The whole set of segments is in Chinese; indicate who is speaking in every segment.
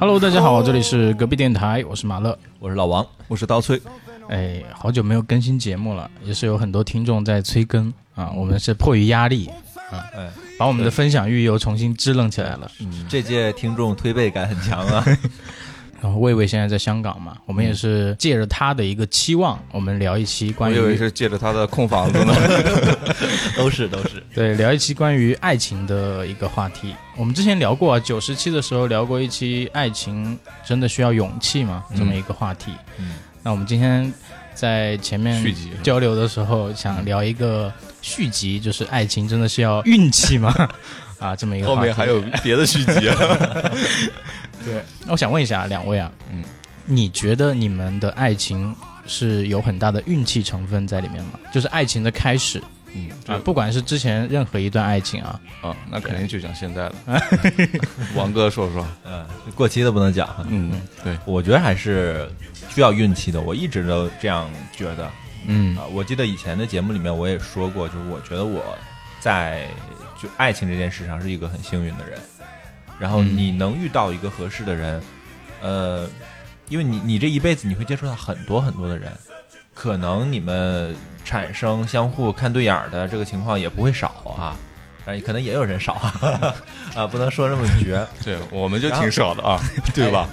Speaker 1: Hello，大家好，这里是隔壁电台，我是马乐。
Speaker 2: 我是老王，
Speaker 3: 我是刀崔，
Speaker 1: 哎，好久没有更新节目了，也是有很多听众在催更啊。我们是迫于压力啊，
Speaker 2: 哎
Speaker 1: 把我们的分享欲又重新支棱起来了。
Speaker 3: 嗯
Speaker 2: 这届听众推背感很强 啊。
Speaker 1: 然后魏魏现在在香港嘛，我们也是借着他的一个期望，我们聊一期
Speaker 3: 我
Speaker 1: 关
Speaker 3: 以为
Speaker 1: 于
Speaker 3: 是借着他的空房子呢。
Speaker 2: 都是都是，
Speaker 1: 对聊一期关于爱情的一个话题。我们之前聊过啊，九十期的时候聊过一期爱情真的需要勇气吗？这么一个话题。
Speaker 2: 嗯
Speaker 1: 那我们今天在前面
Speaker 3: 续集是吧啊
Speaker 1: 交流的时候，想聊一个续集，就是爱情真的是要运气吗？啊，这么一个话
Speaker 3: 后
Speaker 1: 题
Speaker 3: 面还有别的续集啊？
Speaker 1: 那我想问一下两位啊，
Speaker 3: 嗯，
Speaker 1: 你觉得你们的爱情是有很大的运气成分在里面吗？就是爱情的开始
Speaker 3: 嗯
Speaker 1: 啊，不管是之前任何一段爱情啊，
Speaker 3: 啊，那肯定就讲现在了。 王哥说说，
Speaker 2: 嗯，过期的不能讲。
Speaker 3: 嗯，对，
Speaker 2: 我觉得还是需要运气的，我一直都这样觉得
Speaker 1: 嗯
Speaker 2: 啊。我记得以前的节目里面我也说过，就是我觉得我在就爱情这件事上是一个很幸运的人。然后
Speaker 1: 嗯
Speaker 2: 你能遇到一个合适的人，呃，因为你你这一辈子你会接触到很多很多的人，可能你们产生相互看对眼儿的这个情况也不会少啊，但是可能也有人少 啊，啊，不能说这么绝。
Speaker 3: 对，我们就挺少的啊，对吧？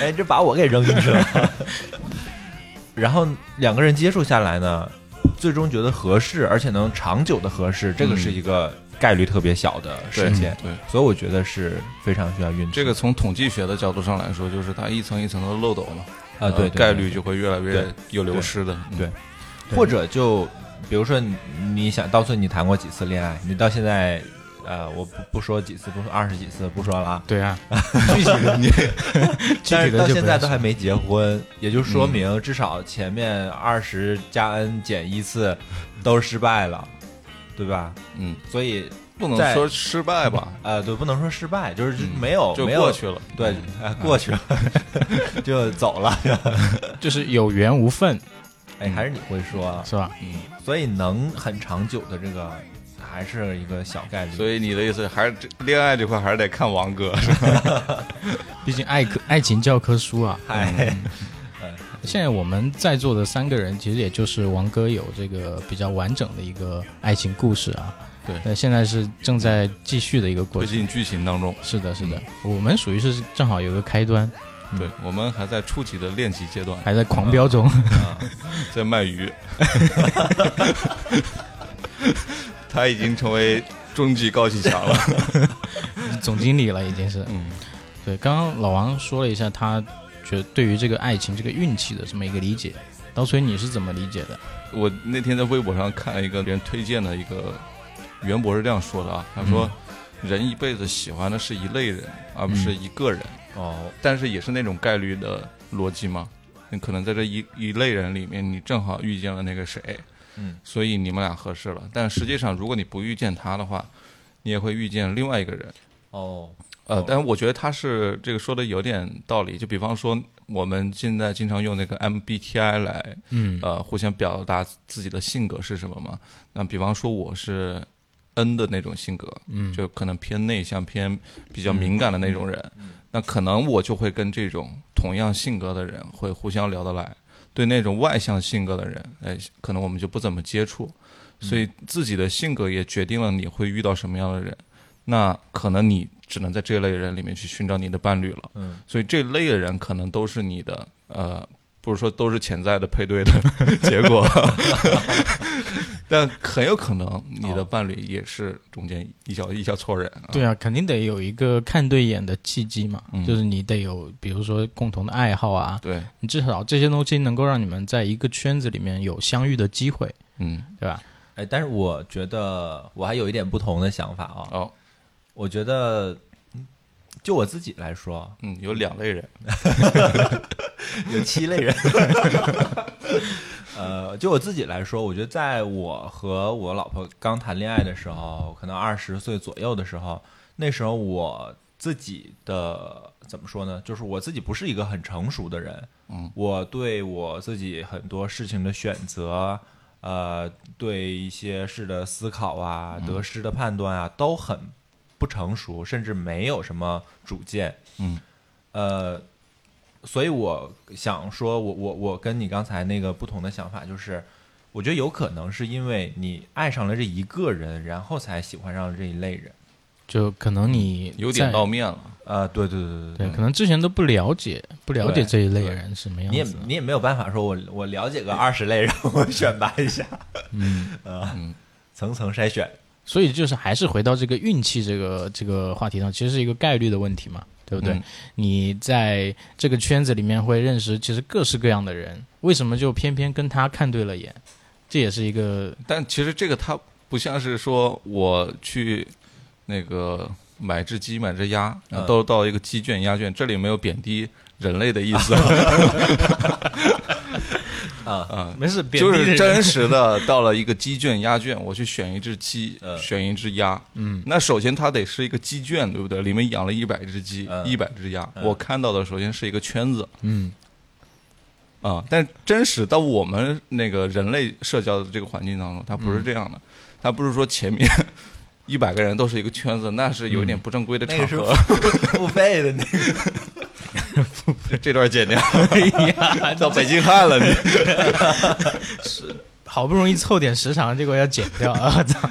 Speaker 2: 哎，这把我给扔进去了。然后两个人接触下来呢，最终觉得合适，而且能长久的合适，这个是一个概率特别小的
Speaker 3: 嗯对
Speaker 2: 事件，
Speaker 3: 对，
Speaker 2: 所以我觉得是非常需要运气。
Speaker 3: 这个从统计学的角度上来说，就是它一层一层的漏斗嘛，
Speaker 2: 啊，对，对
Speaker 3: 呃概
Speaker 2: 对
Speaker 3: 率就会越来越
Speaker 2: 对
Speaker 3: 有流失的。
Speaker 2: 对，或者就比如说你你想，到最后你谈过几次恋爱？你到现在，呃，我不不说几次，不说二十几次，不说了啊。
Speaker 1: 对啊，具体的你 具
Speaker 2: 但
Speaker 1: 体
Speaker 2: 是
Speaker 1: 的
Speaker 2: 到
Speaker 1: 就
Speaker 2: 现
Speaker 1: 不
Speaker 2: 在
Speaker 1: 要
Speaker 2: 都
Speaker 1: 说
Speaker 2: 还没结婚，也就
Speaker 3: 嗯
Speaker 2: 说明至少前面二十加 n 减一次都失败了，对吧？
Speaker 3: 嗯，
Speaker 2: 所以
Speaker 3: 不能
Speaker 2: 在
Speaker 3: 说失败吧，
Speaker 2: 呃，对，不能说失败，就是就没有、
Speaker 3: 嗯就
Speaker 2: 没有
Speaker 3: 过去了。嗯
Speaker 2: 对，呃过去了 就走了。
Speaker 1: 就是有缘无分
Speaker 2: 哎，还是你会说啊，
Speaker 1: 是吧？
Speaker 3: 嗯，
Speaker 2: 所以能很长久的这个还是一个小概率。
Speaker 3: 所以你的意思还是这恋爱这块还是得看王哥。
Speaker 1: 毕竟爱科爱情教科书啊，
Speaker 2: 哎，
Speaker 1: 现在我们在座的三个人，其实也就是王哥有这个比较完整的一个爱情故事啊。
Speaker 3: 对
Speaker 1: 那现在是正在继续的一个过
Speaker 3: 推
Speaker 1: 程。
Speaker 3: 进剧情当中，
Speaker 1: 是的，是的，我们属于是正好有个开端，
Speaker 3: 对我们还在初级的练习阶段，
Speaker 1: 还在狂飙中。
Speaker 3: 嗯
Speaker 2: 啊
Speaker 3: 在卖鱼，他已经成为中级高级强了。
Speaker 1: 总经理了已经是。
Speaker 3: 嗯，
Speaker 1: 对，刚刚老王说了一下他觉对于这个爱情这个运气的这么一个理解，刀锤你是怎么理解的？
Speaker 3: 我那天在微博上看了一个别人推荐的一个，袁博是这样说的啊，他说，人一辈子喜欢的是一类人，而不是一个人，
Speaker 2: 哦，
Speaker 3: 但是也是那种概率的逻辑嘛。你可能在这一一类人里面，你正好遇见了那个谁，
Speaker 2: 嗯，
Speaker 3: 所以你们俩合适了。但实际上，如果你不遇见他的话，你也会遇见另外一个人。
Speaker 2: 哦，
Speaker 3: 呃
Speaker 2: 哦，
Speaker 3: 但是我觉得他是这个说的有点道理。就比方说，我们现在经常用那个 MBTI 来
Speaker 1: 嗯
Speaker 3: 呃互相表达自己的性格是什么嘛。那比方说我是 N 的那种性格，
Speaker 1: 嗯，
Speaker 3: 就可能偏内向、偏比较敏感的那种人，那可能我就会跟这种同样性格的人会互相聊得来。对那种外向性格的人，哎，可能我们就不怎么接触。所以自己的性格也决定了你会遇到什么样的人。那可能你只能在这类人里面去寻找你的伴侣了。
Speaker 2: 嗯，
Speaker 3: 所以这类的人可能都是你的呃，不是说都是潜在的配对的结果， 但很有可能你的伴侣也是中间一小一小撮人、啊。
Speaker 1: 对啊，肯定得有一个看对眼的契机嘛，
Speaker 3: 嗯
Speaker 1: 就是你得有，比如说共同的爱好啊，
Speaker 3: 对，
Speaker 1: 你至少这些东西能够让你们在一个圈子里面有相遇的机会，
Speaker 3: 嗯，
Speaker 1: 对吧？
Speaker 2: 哎，但是我觉得我还有一点不同的想法啊、
Speaker 3: 哦，
Speaker 2: 我觉得嗯就我自己来说，
Speaker 3: 嗯，有两类人，
Speaker 2: 有七类人。 呃，就我自己来说，我觉得在我和我老婆刚谈恋爱的时候，可能二十岁左右的时候，那时候我自己的怎么说呢？就是我自己不是一个很成熟的人，
Speaker 3: 嗯，
Speaker 2: 我对我自己很多事情的选择，呃，对一些事的思考啊、得失的判断啊，都很不成熟，甚至没有什么主见，
Speaker 3: 嗯，
Speaker 2: 呃，所以我想说我，我我跟你刚才那个不同的想法就是，我觉得有可能是因为你爱上了这一个人，然后才喜欢上了这一类人。
Speaker 1: 就可能你
Speaker 3: 有点
Speaker 1: 在
Speaker 3: 到面了。
Speaker 2: 呃，对对对
Speaker 1: 对，可能之前都不了解，不了解
Speaker 2: 对
Speaker 1: 这一类
Speaker 2: 对
Speaker 1: 人是什么样
Speaker 2: 你也
Speaker 1: 子的。
Speaker 2: 你也没有办法说我我了解个二十类，然后我选拔一下，呃
Speaker 1: 嗯，
Speaker 2: 层层筛选。
Speaker 1: 所以就是还是回到这个运气这个这个话题上，其实是一个概率的问题嘛，对不对？
Speaker 3: 嗯
Speaker 1: 你在这个圈子里面会认识其实各式各样的人，为什么就偏偏跟他看对了眼？这也是一个
Speaker 3: 但其实这个它不像是说我去那个买只鸡买只鸭
Speaker 2: 嗯，
Speaker 3: 都到一个鸡圈鸭圈，这里没有贬低人类的意思，
Speaker 1: 没事，贬
Speaker 3: 啊就
Speaker 1: 低
Speaker 3: 是
Speaker 1: 人
Speaker 3: 真实的到了一个鸡圈鸭圈，我去选一只鸡
Speaker 2: 嗯，
Speaker 3: 选一只鸭。嗯，那首先它得是一个鸡圈，对不对？里面养了一百只鸡
Speaker 2: 嗯，
Speaker 3: 一百只鸭。
Speaker 2: 嗯
Speaker 3: 我看到的首先是一个圈子
Speaker 1: 嗯，
Speaker 3: 啊，但真实到我们那个人类社交的这个环境当中，它不
Speaker 2: 嗯
Speaker 3: 是这样的，它不是说前面。一百个人都是一个圈子，那是有点不正规的
Speaker 2: 嗯
Speaker 3: 场
Speaker 2: 那个是
Speaker 3: 合。
Speaker 2: 付 费的那 个，
Speaker 3: 这段 剪掉，
Speaker 2: 哎
Speaker 3: 到北京汉了你。
Speaker 1: 好不容易凑点时长，结果要剪掉 啊！操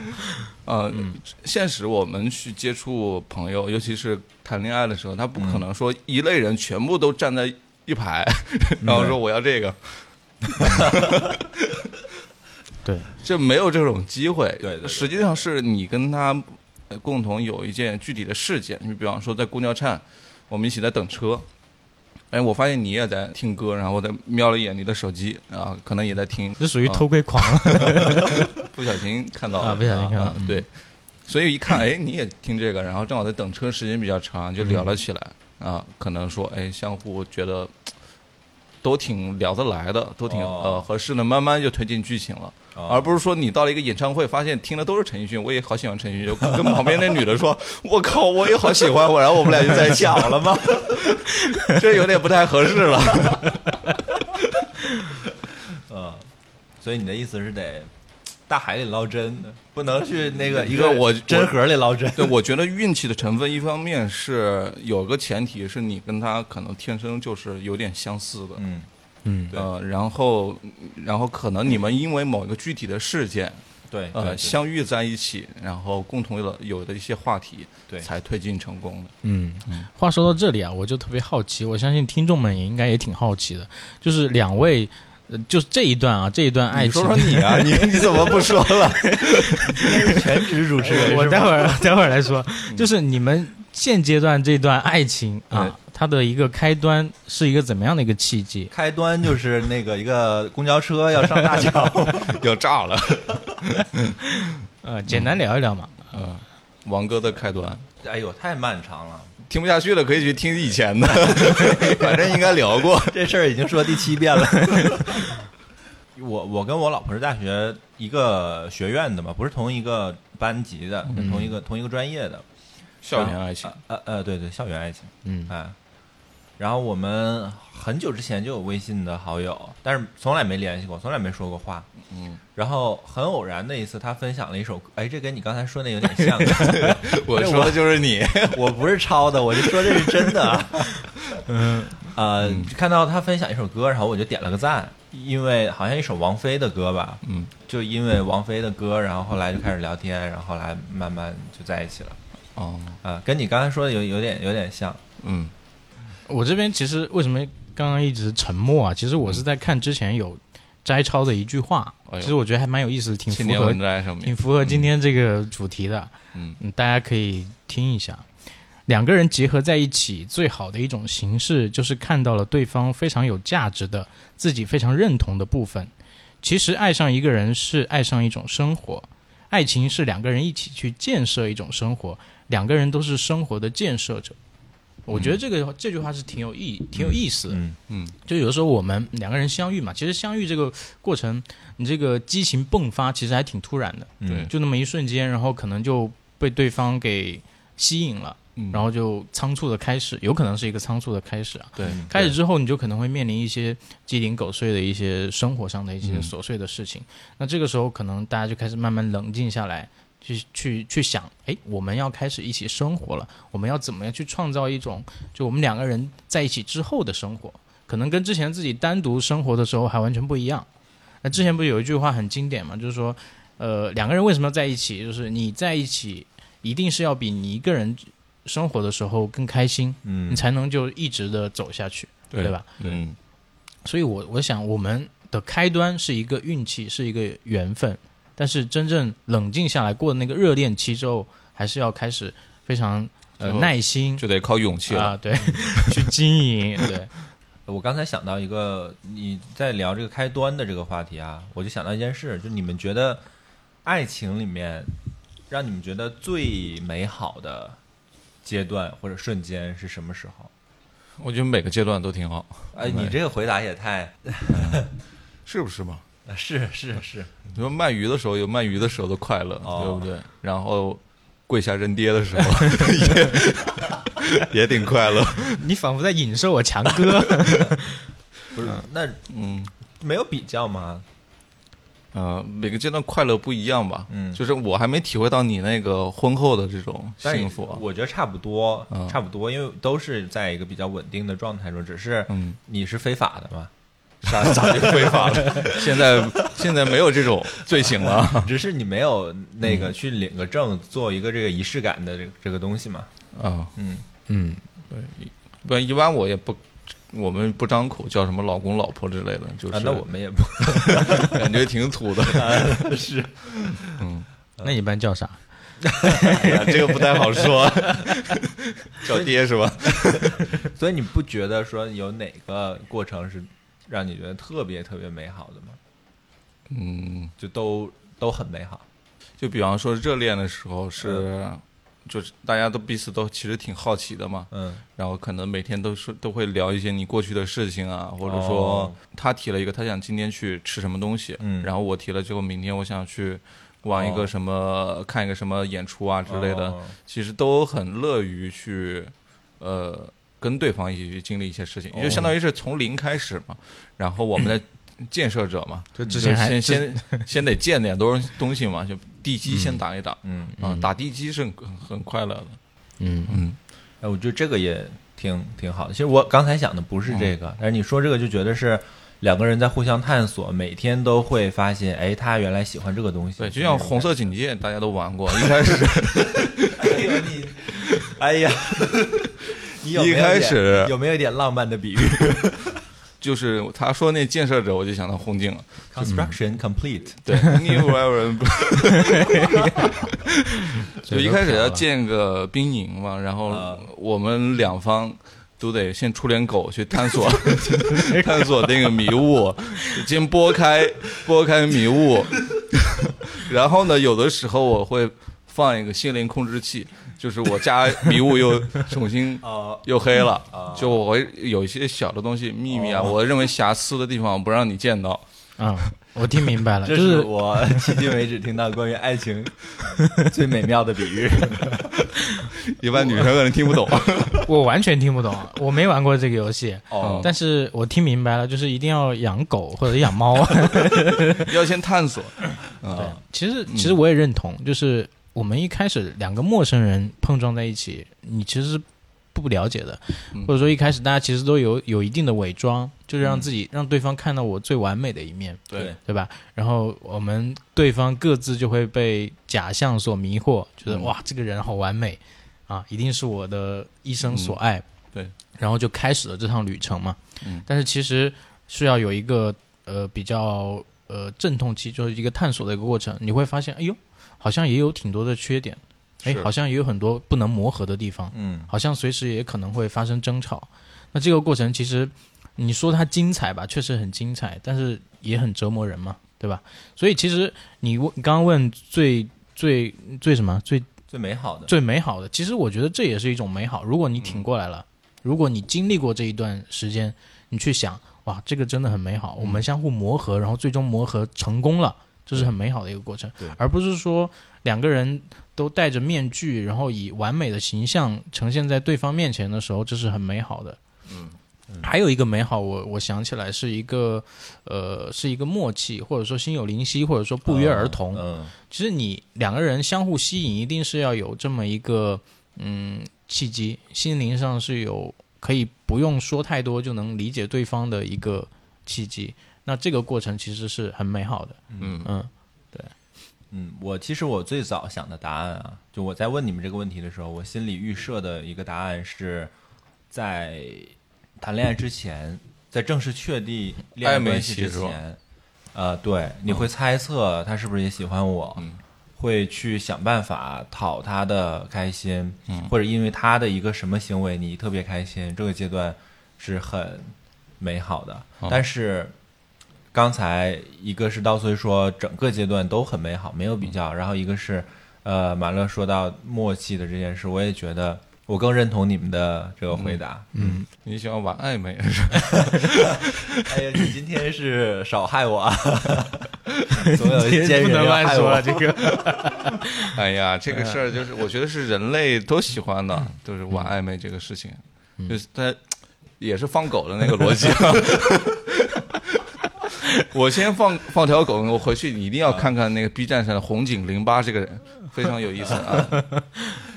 Speaker 3: 呃，
Speaker 2: 嗯
Speaker 3: 现实我们去接触朋友，尤其是谈恋爱的时候，他不
Speaker 2: 嗯
Speaker 3: 可能说一类人全部都站在一排，
Speaker 2: 嗯
Speaker 3: 然后说我要这个，
Speaker 1: 对，
Speaker 3: 这没有这种机会。
Speaker 2: 对对对
Speaker 3: 实际上是你跟他呃共同有一件具体的事件，你比方说在公交站，我们一起在等车。哎，我发现你也在听歌，然后我在瞄了一眼你的手机，啊，可能也在听，
Speaker 1: 这属于偷窥狂了。
Speaker 3: 不小心看到
Speaker 1: 啊不小心看到
Speaker 3: 啊
Speaker 1: 嗯
Speaker 3: 对，所以一看，哎，你也听这个，然后正好在等车，时间比较长，就聊了起来、啊，可能说，哎，相互觉得都挺聊得来的，都挺、
Speaker 2: 哦
Speaker 3: 呃合适的，慢慢就推进剧情了，
Speaker 2: 哦
Speaker 3: 而不是说你到了一个演唱会，发现听的都是陈奕迅，我也好喜欢陈奕迅，就跟旁边那女的 说，我靠，我也好喜欢我，然后我们俩就在一 起好了吗？这有点不太合适了。
Speaker 2: 嗯，所以你的意思是得大海里捞针的，不能去那个
Speaker 3: 对
Speaker 2: 一个
Speaker 3: 我
Speaker 2: 针盒里捞针。
Speaker 3: 对，我觉得运气的成分，一方面是有个前提是你跟他可能天生就是有点相似的，
Speaker 2: 嗯，
Speaker 1: 嗯，
Speaker 2: 对
Speaker 3: 呃，然后然后可能你们因为某一个具体的事件，
Speaker 2: 对，
Speaker 3: 呃，
Speaker 2: 对
Speaker 3: 相遇在一起，然后共同有的有的一些话题，
Speaker 2: 对
Speaker 3: 才推进成功的。
Speaker 1: 嗯，话说到这里啊，我就特别好奇，我相信听众们也应该也挺好奇的，就是两位，呃就是这一段啊，这一段爱
Speaker 3: 你
Speaker 1: 情，
Speaker 3: 说说你啊， 你你怎么不说了？
Speaker 2: 全职主持人，
Speaker 1: 我
Speaker 2: 是吧
Speaker 1: 待会儿待会儿来说，
Speaker 3: 嗯
Speaker 1: 就是你们现阶段这段爱情
Speaker 2: 对
Speaker 1: 啊，它的一个开端是一个怎么样的一个契机？
Speaker 2: 开端就是那个一个公交车要上大桥，
Speaker 3: 要炸了！
Speaker 1: 呃，简
Speaker 3: 嗯
Speaker 1: 单聊一聊嘛。
Speaker 3: 王哥的开端
Speaker 2: 哎呦，太漫长了，
Speaker 3: 听不下去了，可以去听以前的， 反正应该聊过。
Speaker 2: 这事儿已经说第七遍了。 我我跟我老婆是大学一个学院的嘛，不是同一个班级的，是同一个同一个专业的。
Speaker 3: 校园爱情，
Speaker 2: 呃呃，对对，校园爱情，
Speaker 1: 嗯
Speaker 2: 哎，然后我们很久之前就有微信的好友，但是从来没联系过，从来没说过话。
Speaker 3: 嗯，
Speaker 2: 然后很偶然的一次，他分享了一首歌，哎，这跟你刚才说那有点像，啊
Speaker 3: 我说的就是你。
Speaker 2: 我不是抄的，我就说这是真的啊。嗯，呃，看到他分享一首歌，然后我就点了个赞，因为好像一首王菲的歌吧，
Speaker 3: 嗯，
Speaker 2: 就因为王菲的歌，然后后来就开始聊天，然后后来慢慢就在一起了。
Speaker 3: 哦，
Speaker 2: 啊、跟你刚才说的有有点有点像，
Speaker 3: 嗯
Speaker 1: 呃我这边其实为什么刚刚一直沉默啊？其实我是在看之前有摘抄的一句话，
Speaker 3: 嗯哎呦
Speaker 1: 其实我觉得还蛮有意思，挺符
Speaker 3: 青年
Speaker 1: 合
Speaker 3: 文摘上面
Speaker 1: 挺，符合今天这个主题的。
Speaker 3: 嗯
Speaker 1: 嗯，大家可以听一下。两个人结合在一起，最好的一种形式就是看到了对方非常有价值的、自己非常认同的部分。其实爱上一个人是爱上一种生活，爱情是两个人一起去建设一种生活，两个人都是生活的建设者。我觉得这个、这句话是挺有意挺有意思的。
Speaker 2: 嗯
Speaker 3: 嗯，
Speaker 1: 就有的时候我们两个人相遇嘛，其实相遇这个过程，你这个激情迸发其实还挺突然的。
Speaker 2: 嗯
Speaker 3: 对
Speaker 1: 就那么一瞬间，然后可能就被对方给吸引了，
Speaker 3: 嗯
Speaker 1: 然后就仓促的开始，有可能是一个仓促的开始啊。
Speaker 3: 对，
Speaker 1: 开始之后，你就可能会面临一些鸡零狗碎的一些生活上的一些
Speaker 3: 嗯
Speaker 1: 琐碎的事情。那这个时候，可能大家就开始慢慢冷静下来，去去去想，哎，我们要开始一起生活了，我们要怎么样去创造一种就我们两个人在一起之后的生活，可能跟之前自己单独生活的时候还完全不一样。那之前不是有一句话很经典嘛，就是说，呃，两个人为什么要在一起？就是你在一起一定是要比你一个人生活的时候更开心，
Speaker 2: 嗯
Speaker 1: 你才能就一直的走下去，
Speaker 3: 对
Speaker 1: 对吧？
Speaker 3: 嗯，
Speaker 1: 所以我我想我们的开端是一个运气，是一个缘分，但是真正冷静下来过那个热恋期之后，还是要开始非常呃
Speaker 3: 最后
Speaker 1: 耐心
Speaker 3: 就得靠勇气了。
Speaker 1: 啊，对， 去经营，对，
Speaker 2: 我刚才想到一个，你在聊这个开端的这个话题啊，我就想到一件事，就你们觉得爱情里面让你们觉得最美好的阶段或者瞬间是什么时候？
Speaker 3: 我觉得每个阶段都挺好，
Speaker 2: 哎，你这个回答也 太
Speaker 3: 是不啊是嘛？
Speaker 2: 呃是是是，
Speaker 3: 你说卖鱼的时候有卖鱼的时候的快乐，对
Speaker 2: 哦
Speaker 3: 不对？然后跪下认爹的时候 也也 挺快乐。
Speaker 1: 你仿佛在影射我强哥，
Speaker 2: 不是？那
Speaker 3: 嗯
Speaker 2: 没有比较吗？
Speaker 3: 呃，每个阶段快乐不一样吧？
Speaker 2: 嗯
Speaker 3: 就是我还没体会到你那个婚后的这种
Speaker 2: 但
Speaker 3: 幸福啊。
Speaker 2: 我觉得差不多
Speaker 3: 嗯，
Speaker 2: 差不多，因为都是在一个比较稳定的状态中，只是
Speaker 3: 嗯，
Speaker 2: 你是非法 的嘛，
Speaker 3: 啥咋就非法了？ 现在现在没有这种罪行了。
Speaker 2: 只是你没有那
Speaker 3: 嗯
Speaker 2: 个去领个证，做一个这个仪式感的这个这个东西嘛。
Speaker 3: 啊，
Speaker 2: 嗯，
Speaker 1: 嗯，
Speaker 3: 不然一般我也不，我们不张口叫什么老公老婆之类的，就是、
Speaker 2: 啊，那我们也不
Speaker 3: 感觉挺土的。
Speaker 2: 是，
Speaker 1: 那你一般叫啥？
Speaker 3: 哎呀，这个不太好说， 叫爹是吧？
Speaker 2: 所以你不觉得说有哪个过程是让你觉得特别特别美好的吗？
Speaker 3: 嗯，
Speaker 2: 就都都很美好。
Speaker 3: 就比方说热恋的时候是，就是大家都彼此都其实挺好奇的嘛，
Speaker 2: 嗯
Speaker 3: 然后可能每天都是都会聊一些你过去的事情啊，或者
Speaker 2: 哦
Speaker 3: 说他提了一个他想今天去吃什么东西，
Speaker 2: 嗯
Speaker 3: 然后我提了之后明天我想去玩一个
Speaker 2: 哦
Speaker 3: 什么、看一个什么演出啊之类的，
Speaker 2: 哦
Speaker 3: 其实都很乐于去呃跟对方一起去经历一些事情，也就
Speaker 2: 哦
Speaker 3: 相当于是从零开始嘛，然后我们的建设者嘛，
Speaker 1: 就之
Speaker 3: 就
Speaker 1: 前还
Speaker 3: 先先先得建点东东西嘛，就地基先打一打。
Speaker 2: 嗯，
Speaker 3: 啊，打地基是很很快乐的，
Speaker 1: 嗯
Speaker 3: 嗯，
Speaker 2: 哎，我觉得这个也挺挺好的。其实我刚才想的不是
Speaker 3: 嗯
Speaker 2: 这个，但是你说这个就觉得是两个人在互相探索，每天都会发现，哎，他原来喜欢这个东西。
Speaker 3: 对，就像红色警戒，大家都玩过，一开始
Speaker 2: 哎呦你，哎呀， 你有没
Speaker 3: 一
Speaker 2: 有
Speaker 3: 开
Speaker 2: 点
Speaker 3: 始
Speaker 2: 有没有一点浪漫的比喻
Speaker 3: 就是他说那建设者，我就想到红警了。
Speaker 2: ？Construction complete。
Speaker 3: 对，New Iron，就一开始要建个兵营嘛，然后
Speaker 2: 啊
Speaker 3: 我们两方都得先出点狗去探索 探索那个迷雾，先拨开 拨开迷雾，然后呢，有的时候我会放一个心灵控制器，就是我家迷雾又重新
Speaker 2: 哦
Speaker 3: 又黑了，就我会有一些小的东西秘密啊，我认为瑕疵的地方我不让你见到。
Speaker 1: 啊、我听明 白了，就
Speaker 2: 这啊是
Speaker 1: 是
Speaker 2: 我迄今为止听到关于爱 情最美妙的比喻。
Speaker 3: 一般女生可能听不懂。
Speaker 1: 我完全听不懂，我没玩过这个游戏。
Speaker 2: 哦，
Speaker 1: 但是我听明白了，就是一定要养狗或者养猫。
Speaker 3: 要先探索。啊嗯
Speaker 1: 对，其实其实我也认同，就是我们一开始两个陌生人碰撞在一起，你其实是不了解的，
Speaker 3: 嗯
Speaker 1: 或者说一开始大家其实都有有一定的伪装，就是让自己、让对方看到我最完美的一面，
Speaker 2: 对，
Speaker 1: 对吧？然后我们对方各自就会被假象所迷惑，觉得、
Speaker 3: 嗯
Speaker 1: 哇这个人好完美啊，一定是我的一生所爱。
Speaker 3: 嗯对，
Speaker 1: 然后就开始了这趟旅程嘛。
Speaker 3: 嗯
Speaker 1: 但是其实是要有一个呃比较呃阵痛期，就是一个探索的一个过程。你会发现，哎呦，好像也有挺多的缺点，哎，
Speaker 3: 是
Speaker 1: 好像也有很多不能磨合的地方，
Speaker 2: 嗯，
Speaker 1: 好像随时也可能会发生争吵。那这个过程其实你说它精彩吧，确实很精彩，但是也很折磨人嘛，对吧？所以其实你问你刚刚问最最最什么最
Speaker 2: 最美好的。
Speaker 1: 最美好的。其实我觉得这也是一种美好。如果你挺过来了，如果你经历过这一段时间，你去想，哇，这个真的很美好。我们相互磨合，然后最终磨合成功了，这是很美好的一个过程
Speaker 2: 对，
Speaker 1: 而不是说两个人都戴着面具，然后以完美的形象呈现在对方面前的时候，这是很美好的。
Speaker 3: 嗯，
Speaker 1: 还有一个美好，我我想起来是一个，呃，是一个默契，或者说心有灵犀，或者说不约而同。
Speaker 2: 嗯，
Speaker 1: 其实你两个人相互吸引，一定是要有这么一个嗯契机，心灵上是有可以不用说太多就能理解对方的一个契机。那这个过程其实是很美好的。
Speaker 3: 嗯
Speaker 1: 嗯
Speaker 2: 嗯，我其实我最早想的答案啊，就我在问你们这个问题的时候，我心里预设的一个答案是在谈恋爱之前，在正式确立恋爱
Speaker 3: 暧昧
Speaker 2: 关系之
Speaker 3: 期是吧
Speaker 2: 前，呃，对，你会猜测他是不是也喜欢我，
Speaker 3: 嗯
Speaker 2: 会去想办法讨他的开心，
Speaker 3: 嗯
Speaker 2: 或者因为他的一个什么行为你特别开心，这个阶段是很美好的。
Speaker 3: 哦
Speaker 2: 但是刚才一个是刀碎说整个阶段都很美好，没有比
Speaker 1: 嗯
Speaker 2: 较，然后一个是呃马乐说到默契的这件事，我也觉得我更认同你们的这个回答。
Speaker 1: 嗯，
Speaker 3: 你想要玩暧昧，
Speaker 2: 哎呀，你今天是少害我 啊！总有一些
Speaker 1: 不
Speaker 2: 人
Speaker 1: 能
Speaker 2: 要
Speaker 1: 乱
Speaker 2: 害
Speaker 1: 说
Speaker 2: 我
Speaker 1: 了，。啊这个
Speaker 3: 哎呀，这个事儿就是我觉得是人类都喜欢的，就是玩暧昧这个事情，就是它也是放狗的那个逻辑。我先放放条狗，我回去你一定要看看那个 B 站上的红警零八这个人，非常有意思啊。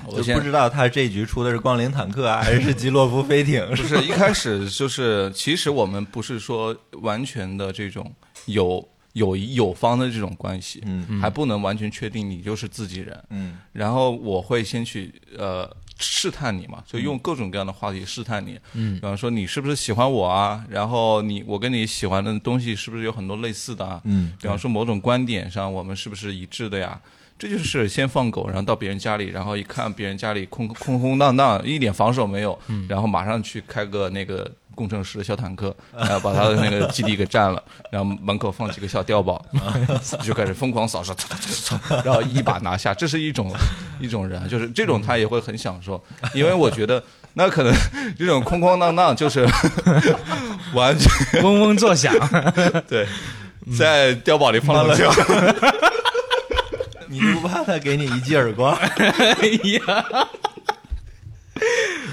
Speaker 3: 我
Speaker 2: 我
Speaker 3: 先
Speaker 2: 不知道他这一局出的是光临坦克啊，还是基洛夫飞艇？
Speaker 3: 不是一开始就是，其实我们不是说完全的这种有有有方的这种关系，
Speaker 2: 嗯
Speaker 3: 还不能完全确定你就是自己人。
Speaker 2: 嗯
Speaker 3: 然后我会先去呃试探你嘛，就
Speaker 2: 嗯
Speaker 3: 用各种各样的话题试探你，嗯，比方说你是不是喜欢我啊，然后你我跟你喜欢的东西是不是有很多类似的啊，
Speaker 2: 嗯，
Speaker 3: 比方说某种观点上我们是不是一致的呀？这就是先放狗，然后到别人家里，然后一看别人家里空空空荡荡，一点防守没有，然后马上去开个那个工程师的小坦克，然后把他的那个基地给占了，然后门口放几个小碉堡，就开始疯狂扫射， 唰唰唰唰然后一把拿下。这是一种一种人，就是这种他也会很享受，因为我觉得那可能这种空空荡荡就是 完全
Speaker 1: 嗡嗡作响。
Speaker 3: 对，在碉堡里放了枪。
Speaker 2: 你就不怕他给你一记耳 光？
Speaker 1: 哎呀，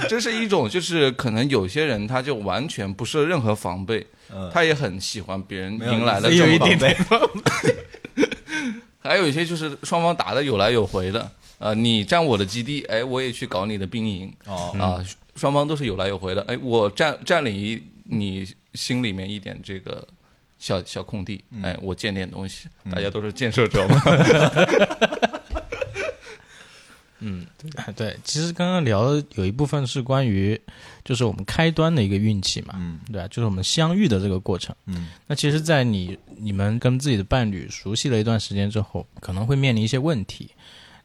Speaker 3: 这是一种，就是可能有些人他就完全不设任何防备，
Speaker 2: 嗯
Speaker 3: 他也很喜欢别人
Speaker 2: 没有
Speaker 3: 迎来的
Speaker 2: 没
Speaker 3: 这
Speaker 1: 有一
Speaker 3: 种
Speaker 1: 点
Speaker 3: 防备。
Speaker 1: 点。
Speaker 3: 还有一些就是双方打的有来有回的，呃，你占我的基地，哎，我也去搞你的兵营，
Speaker 2: 哦，
Speaker 3: 啊，双方都是有来有回的，哎，我占占领一你心里面一点这个。小小空地，
Speaker 2: 嗯
Speaker 3: 哎，我建点东西，大家都是建设者 嘛，
Speaker 1: 对，其实刚刚聊的有一部分是关于，就是我们开端的一个运气嘛，
Speaker 2: 嗯
Speaker 1: 对吧、啊就是我们相遇的这个过程。
Speaker 2: 嗯
Speaker 1: 那其实，在你你们跟自己的伴侣熟悉了一段时间之后，可能会面临一些问题。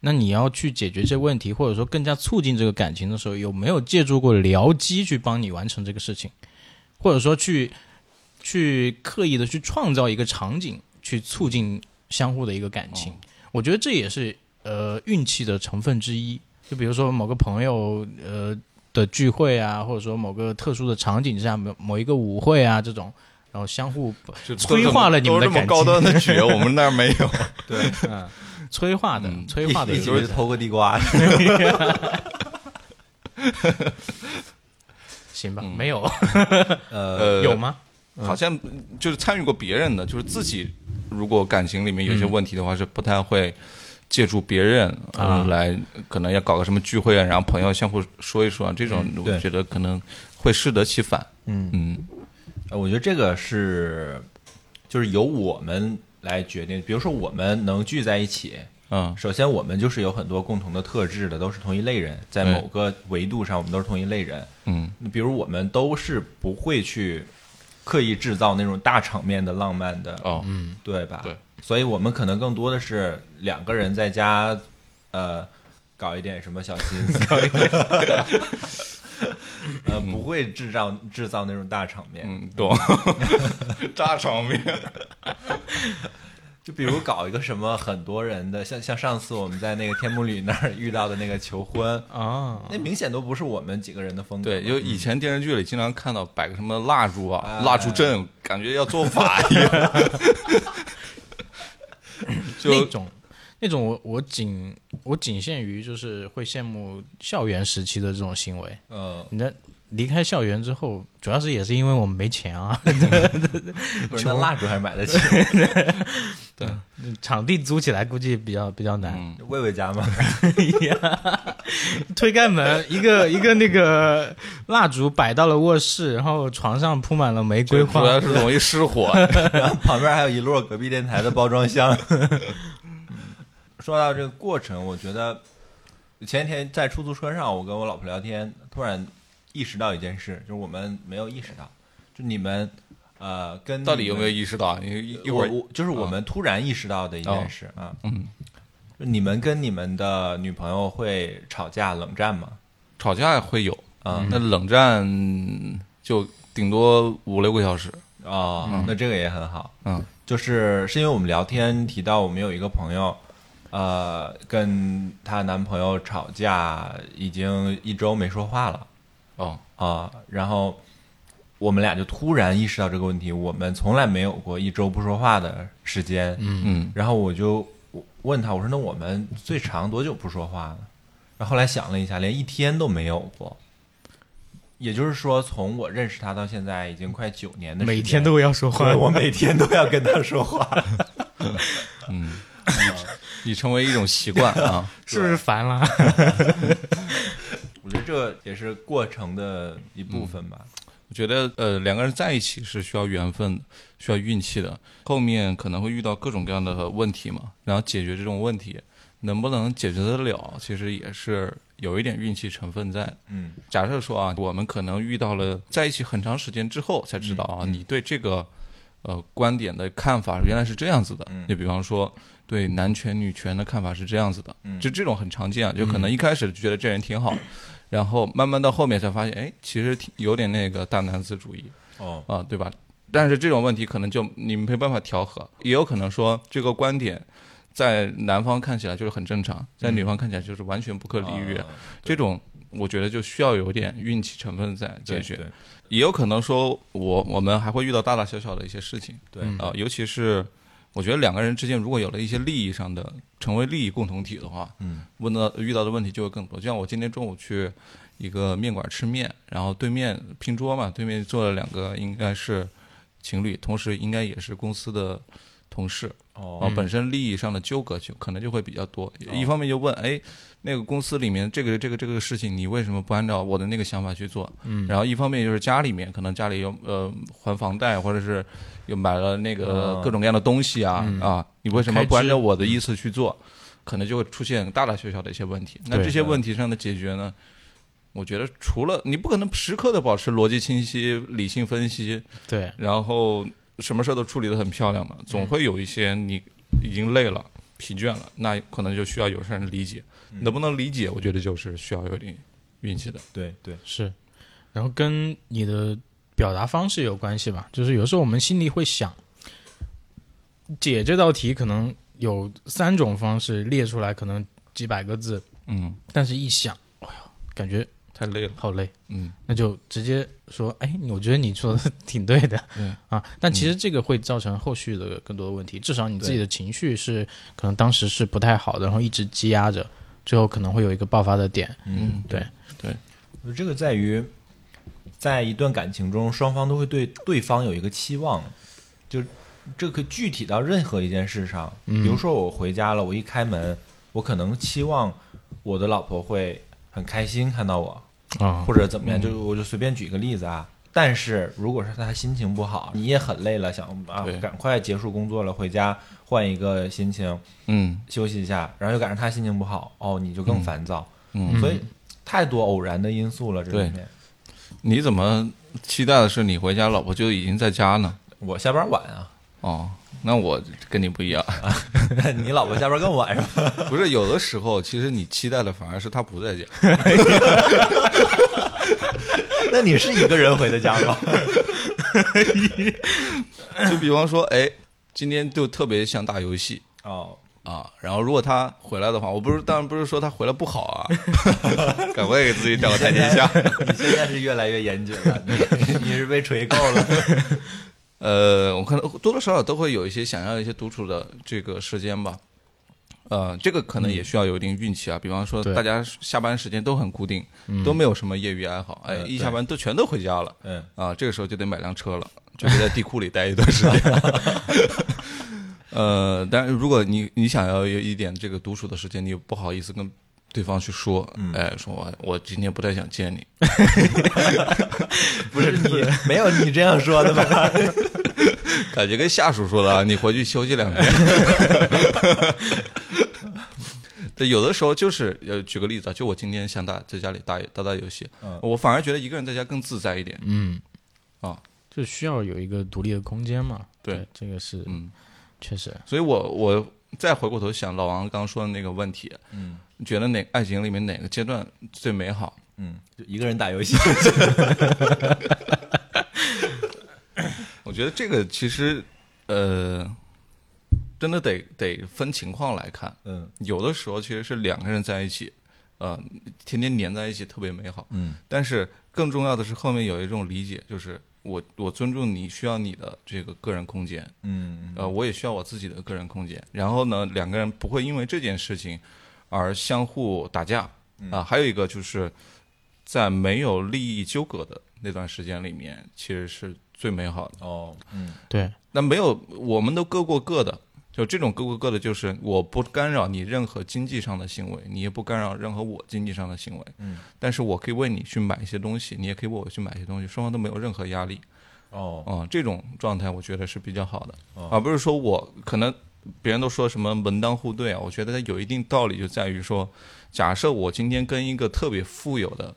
Speaker 1: 那你要去解决这些问题，或者说更加促进这个感情的时候，有没有借助过僚机去帮你完成这个事情，或者说去去刻意的去创造一个场景，去促进相互的一个感情？
Speaker 3: 哦
Speaker 1: 我觉得这也是呃运气的成分之一。就比如说某个朋友呃的聚会啊，或者说某个特殊的场景下，某某一个舞会啊这种，然后相互
Speaker 3: 就都
Speaker 1: 催化了你们的
Speaker 3: 这么
Speaker 1: 感情
Speaker 3: 都这么高端的觉，我们那儿没有。
Speaker 1: 催化的、
Speaker 3: 嗯
Speaker 1: 催化的
Speaker 2: 一
Speaker 1: 一
Speaker 2: 一起
Speaker 1: 个
Speaker 2: 去偷个地瓜，
Speaker 1: 行吧？没有、
Speaker 2: 呃，
Speaker 3: 嗯呃，
Speaker 1: 有吗？
Speaker 3: 好像就是参与过别人的，就是自己如果感情里面
Speaker 2: 嗯
Speaker 3: 有些问题的话，是不太会借助别人
Speaker 1: 啊
Speaker 3: 呃来，可能要搞个什么聚会啊，然后朋友相互说一说啊，这种
Speaker 2: 嗯对
Speaker 3: 我觉得可能会适得其反。
Speaker 2: 嗯
Speaker 3: 嗯
Speaker 2: 呃我觉得这个是就是由我们来决定，比如说我们能聚在一起，
Speaker 3: 嗯
Speaker 2: 首先我们就是有很多共同的特质的，都是同一类人，在
Speaker 3: 对
Speaker 2: 某个维度上我们都是同一类人。
Speaker 3: 嗯
Speaker 2: 比如我们都是不会去刻意制造那种大场面的浪漫的
Speaker 3: 哦
Speaker 2: 对吧？
Speaker 3: 对，
Speaker 2: 所以我们可能更多的是两个人在家，呃，搞一点什么小心思，搞一点， 呃，不会制造制造那种大场面，
Speaker 3: 嗯，懂， 大场面。
Speaker 2: 就比如搞一个什么很多人的，像像上次我们在那个天目里那儿遇到的那个求 婚，
Speaker 1: 啊，
Speaker 2: 那明显都不是我们几个人的风格，
Speaker 3: 对，就以前电视剧里经常看到摆个什么蜡烛啊
Speaker 2: 哎，
Speaker 3: 蜡烛阵，感觉要做法一样。
Speaker 1: 那
Speaker 3: 就
Speaker 1: 种那种我我仅我仅限于就是会羡慕校园时期的这种行为。
Speaker 2: 嗯、
Speaker 1: 你的离开校园之后，主要是也是因为我们没钱啊，
Speaker 2: 不是那蜡烛还买得起，
Speaker 1: 场地租起来估计比较比较难。
Speaker 3: 嗯，
Speaker 2: 魏魏家吗？
Speaker 1: 推开门，一个一个那个蜡烛摆到了卧室，然后床上铺满了玫瑰
Speaker 3: 主
Speaker 1: 花
Speaker 3: 要。是容易失火。
Speaker 2: 然后旁边还有一摞隔壁电台的包装箱。 说到这个过程，我觉得前几天在出租车上，我跟我老婆聊天，突然意识到一件事，就是我们没有意识到，就你们呃跟
Speaker 3: 到底有没有
Speaker 2: 你
Speaker 3: 意识到？啊你一
Speaker 2: 们
Speaker 3: 一会儿啊
Speaker 2: 我我就是我们突然意识到的一件事啊，
Speaker 3: 嗯，
Speaker 2: 就你们跟你们的女朋友会吵架冷战吗？
Speaker 3: 吵架会有
Speaker 2: 啊
Speaker 3: 那冷战就顶多五六个小时。
Speaker 2: 哦，那这个也很好。
Speaker 3: 嗯，
Speaker 2: 就是是因为我们聊天提到，我们有一个朋友，呃，跟她男朋友吵架已经一周没说话了
Speaker 3: 哦，
Speaker 2: 啊、然后我们俩就突然意识到这个问题，我们从来没有过一周不说话的时间。
Speaker 1: 嗯，
Speaker 3: 嗯，
Speaker 2: 然后我就问他，我说那我们最长多久不说话呢？然后后来想了一下，连一天都没有过。也就是说，从我认识他到现在，已经快九年的时间，
Speaker 1: 每天都要说话
Speaker 2: 对， 我每天都要跟他说话。
Speaker 3: 已成为一种习惯啊。
Speaker 1: 是不是烦了？
Speaker 2: 我觉得这也是过程的一部分吧。
Speaker 3: 我觉得呃，两个人在一起是需要缘分的，需要运气的。后面可能会遇到各种各样的问题嘛，然后解决这种问题，能不能解决得了，其实也是有一点运气成分在的。
Speaker 2: 嗯
Speaker 3: 假设说啊，我们可能遇到了在一起很长时间之后才知道啊，
Speaker 2: 嗯嗯
Speaker 3: 你对这个呃观点的看法原来是这样子的
Speaker 2: 嗯。
Speaker 3: 就比方说对男权女权的看法是这样子的，
Speaker 2: 嗯
Speaker 3: 就这种很常见啊，就可能一开始觉得这人挺好，然后慢慢到后面才发现，哎，其实挺有点那个大男子主义
Speaker 2: 哦，
Speaker 3: 啊，对吧？但是这种问题可能就你没办法调和，也有可能说这个观点。在男方看起来就是很正常，在女方看起来就是完全不可理喻，
Speaker 2: 啊
Speaker 3: 这种我觉得就需要有点运气成分在解决，
Speaker 2: 对
Speaker 3: 也有可能说我我们还会遇到大大小小的一些事情
Speaker 2: 对
Speaker 1: 嗯
Speaker 3: 啊、尤其是我觉得两个人之间如果有了一些利益上的成为利益共同体的话，
Speaker 2: 嗯，
Speaker 3: 问到遇到的问题就会更多。就像我今天中午去一个面馆吃面，然后对面拼桌嘛，对面坐了两个应该是情侣，同时应该也是公司的同事，
Speaker 2: 哦
Speaker 3: 啊，
Speaker 1: 嗯
Speaker 3: 本身利益上的纠葛就可能就会比较多。
Speaker 1: 哦
Speaker 3: 一方面就问，哎，那个公司里面这个这个这个事情，你为什么不按照我的那个想法去做？
Speaker 1: 嗯，
Speaker 3: 然后一方面就是家里面可能家里有呃还房贷，或者是又买了那个
Speaker 2: 哦
Speaker 3: 各种各样的东西啊、
Speaker 1: 嗯
Speaker 3: 啊，你为什么不按
Speaker 1: 开支
Speaker 3: 照我的意思去做？可能就会出现大大小小的一些问题。那
Speaker 1: 对
Speaker 3: 这些问题上的解决呢？我觉得除了你不可能时刻的保持逻辑清晰、理性分析，
Speaker 1: 对，
Speaker 3: 然后什么事儿都处理得很漂亮的，总会有一些你已经累了、疲倦了，那可能就需要有些人理解。能不能理解，我觉得就是需要有点运气的。
Speaker 2: 对对，
Speaker 1: 是，然后跟你的表达方式有关系吧，就是有时候我们心里会想，解这道题可能有三种方式列出来，可能几百个字，
Speaker 3: 嗯，
Speaker 1: 但是一想，哎呦，感觉
Speaker 3: 太累了。
Speaker 1: 好累，
Speaker 3: 嗯，
Speaker 1: 那就直接说，哎，我觉得 你说的挺对的，
Speaker 3: 对
Speaker 1: 啊，但其实这个会造成后续的更多的问题，至少你自己的情绪是可能当时是不太好的，然后一直积压着，最后可能会有一个爆发的点，
Speaker 2: 嗯，
Speaker 1: 对，
Speaker 2: 这个在于，在一段感情中，双方都会对对方有一个期望，就这可具体到任何一件事上。
Speaker 1: 嗯
Speaker 2: 比如说我回家了，我一开门，我可能期望我的老婆会很开心看到我，
Speaker 1: 啊、
Speaker 2: 或者怎么样，就
Speaker 3: 嗯
Speaker 2: 我就随便举一个例子啊。但是如果是他心情不好，你也很累了，想啊
Speaker 3: 对
Speaker 2: 赶快结束工作了，回家换一个心情
Speaker 3: 嗯
Speaker 2: 休息一下，然后又赶上他心情不好，哦，你就更烦躁。
Speaker 3: 嗯，
Speaker 2: 所以太多偶然的因素了，这里面
Speaker 3: 你怎么期待的是你回家老婆就已经在家呢？
Speaker 2: 我下班晚啊，
Speaker 3: 哦，那我跟你不一样，
Speaker 2: 你老婆下班更晚是吧？
Speaker 3: 不是有的时候，其实你期待的反而是她不在 家。
Speaker 2: 那你是一个人回的家吗？
Speaker 3: 就比方说，哎，今天就特别想打游戏，
Speaker 2: 哦，
Speaker 3: 啊，然后如果他回来的话，我不是当然不是说他回来不好啊， 赶快给自己找个台阶下。
Speaker 2: 你现在是越来越严谨 了，你你是被锤够了。
Speaker 3: 呃，我可能多多少少都会有一些想要一些独处的这个时间吧，呃，这个可能也需要有一定运气啊。比方说，
Speaker 1: 嗯对
Speaker 3: 大家下班时间都很固定，
Speaker 1: 嗯呃
Speaker 3: 都没有什么业余爱好，哎，
Speaker 2: 嗯
Speaker 3: 一
Speaker 2: 对
Speaker 3: 下班都全都回家了
Speaker 2: 嗯，
Speaker 3: 啊，这个时候就得买辆车了，就得在地库里待一段时间。 呃，但是如果你你想要有一点这个独处的时间，你又不好意思跟对方去说，哎，说我我今天不太想见你，
Speaker 2: 嗯不是 你没有你这样说的吧？
Speaker 3: 感觉跟下属说的啊，你回去休息两天。 对，有的时候就是呃，举个例子啊，就我今天想打在家里打打打游戏，
Speaker 2: 嗯
Speaker 3: 我反而觉得一个人在家更自在一点。
Speaker 1: 嗯，
Speaker 3: 啊，
Speaker 1: 就需要有一个独立的空间嘛。
Speaker 3: 对，
Speaker 1: 这个是
Speaker 3: 嗯，
Speaker 1: 确实，
Speaker 3: 所以我我再回过头想老王刚说的那个问题，
Speaker 2: 嗯，
Speaker 3: 你觉得哪爱情里面哪个阶段最美好？
Speaker 2: 嗯，就一个人打游戏，
Speaker 3: 我觉得这个其实呃，真的得得分情况来看，
Speaker 2: 嗯
Speaker 3: 有的时候其实是两个人在一起，呃，天天黏在一起特别美好。
Speaker 2: 嗯
Speaker 3: 但是更重要的是后面有一种理解，就是我我尊重你需要你的这个个人空间，
Speaker 2: 嗯
Speaker 3: 呃，我也需要我自己的个人空间。然后呢，两个人不会因为这件事情而相互打架啊、还有一个就是在没有利益纠葛的那段时间里面，其实是最美好的。
Speaker 2: 哦，嗯
Speaker 1: 对，
Speaker 3: 那没有，我们都各过各的。就这种各过各的，就是我不干扰你任何经济上的行为，你也不干扰任何我经济上的行为。
Speaker 2: 嗯，
Speaker 3: 但是我可以为你去买一些东西，你也可以为我去买一些东西，双方都没有任何压力。
Speaker 2: 哦
Speaker 3: 啊、这种状态我觉得是比较好的，
Speaker 2: 哦
Speaker 3: 而不是说我可能别人都说什么门当户对啊，我觉得它有一定道理，就在于说，假设我今天跟一个特别富有的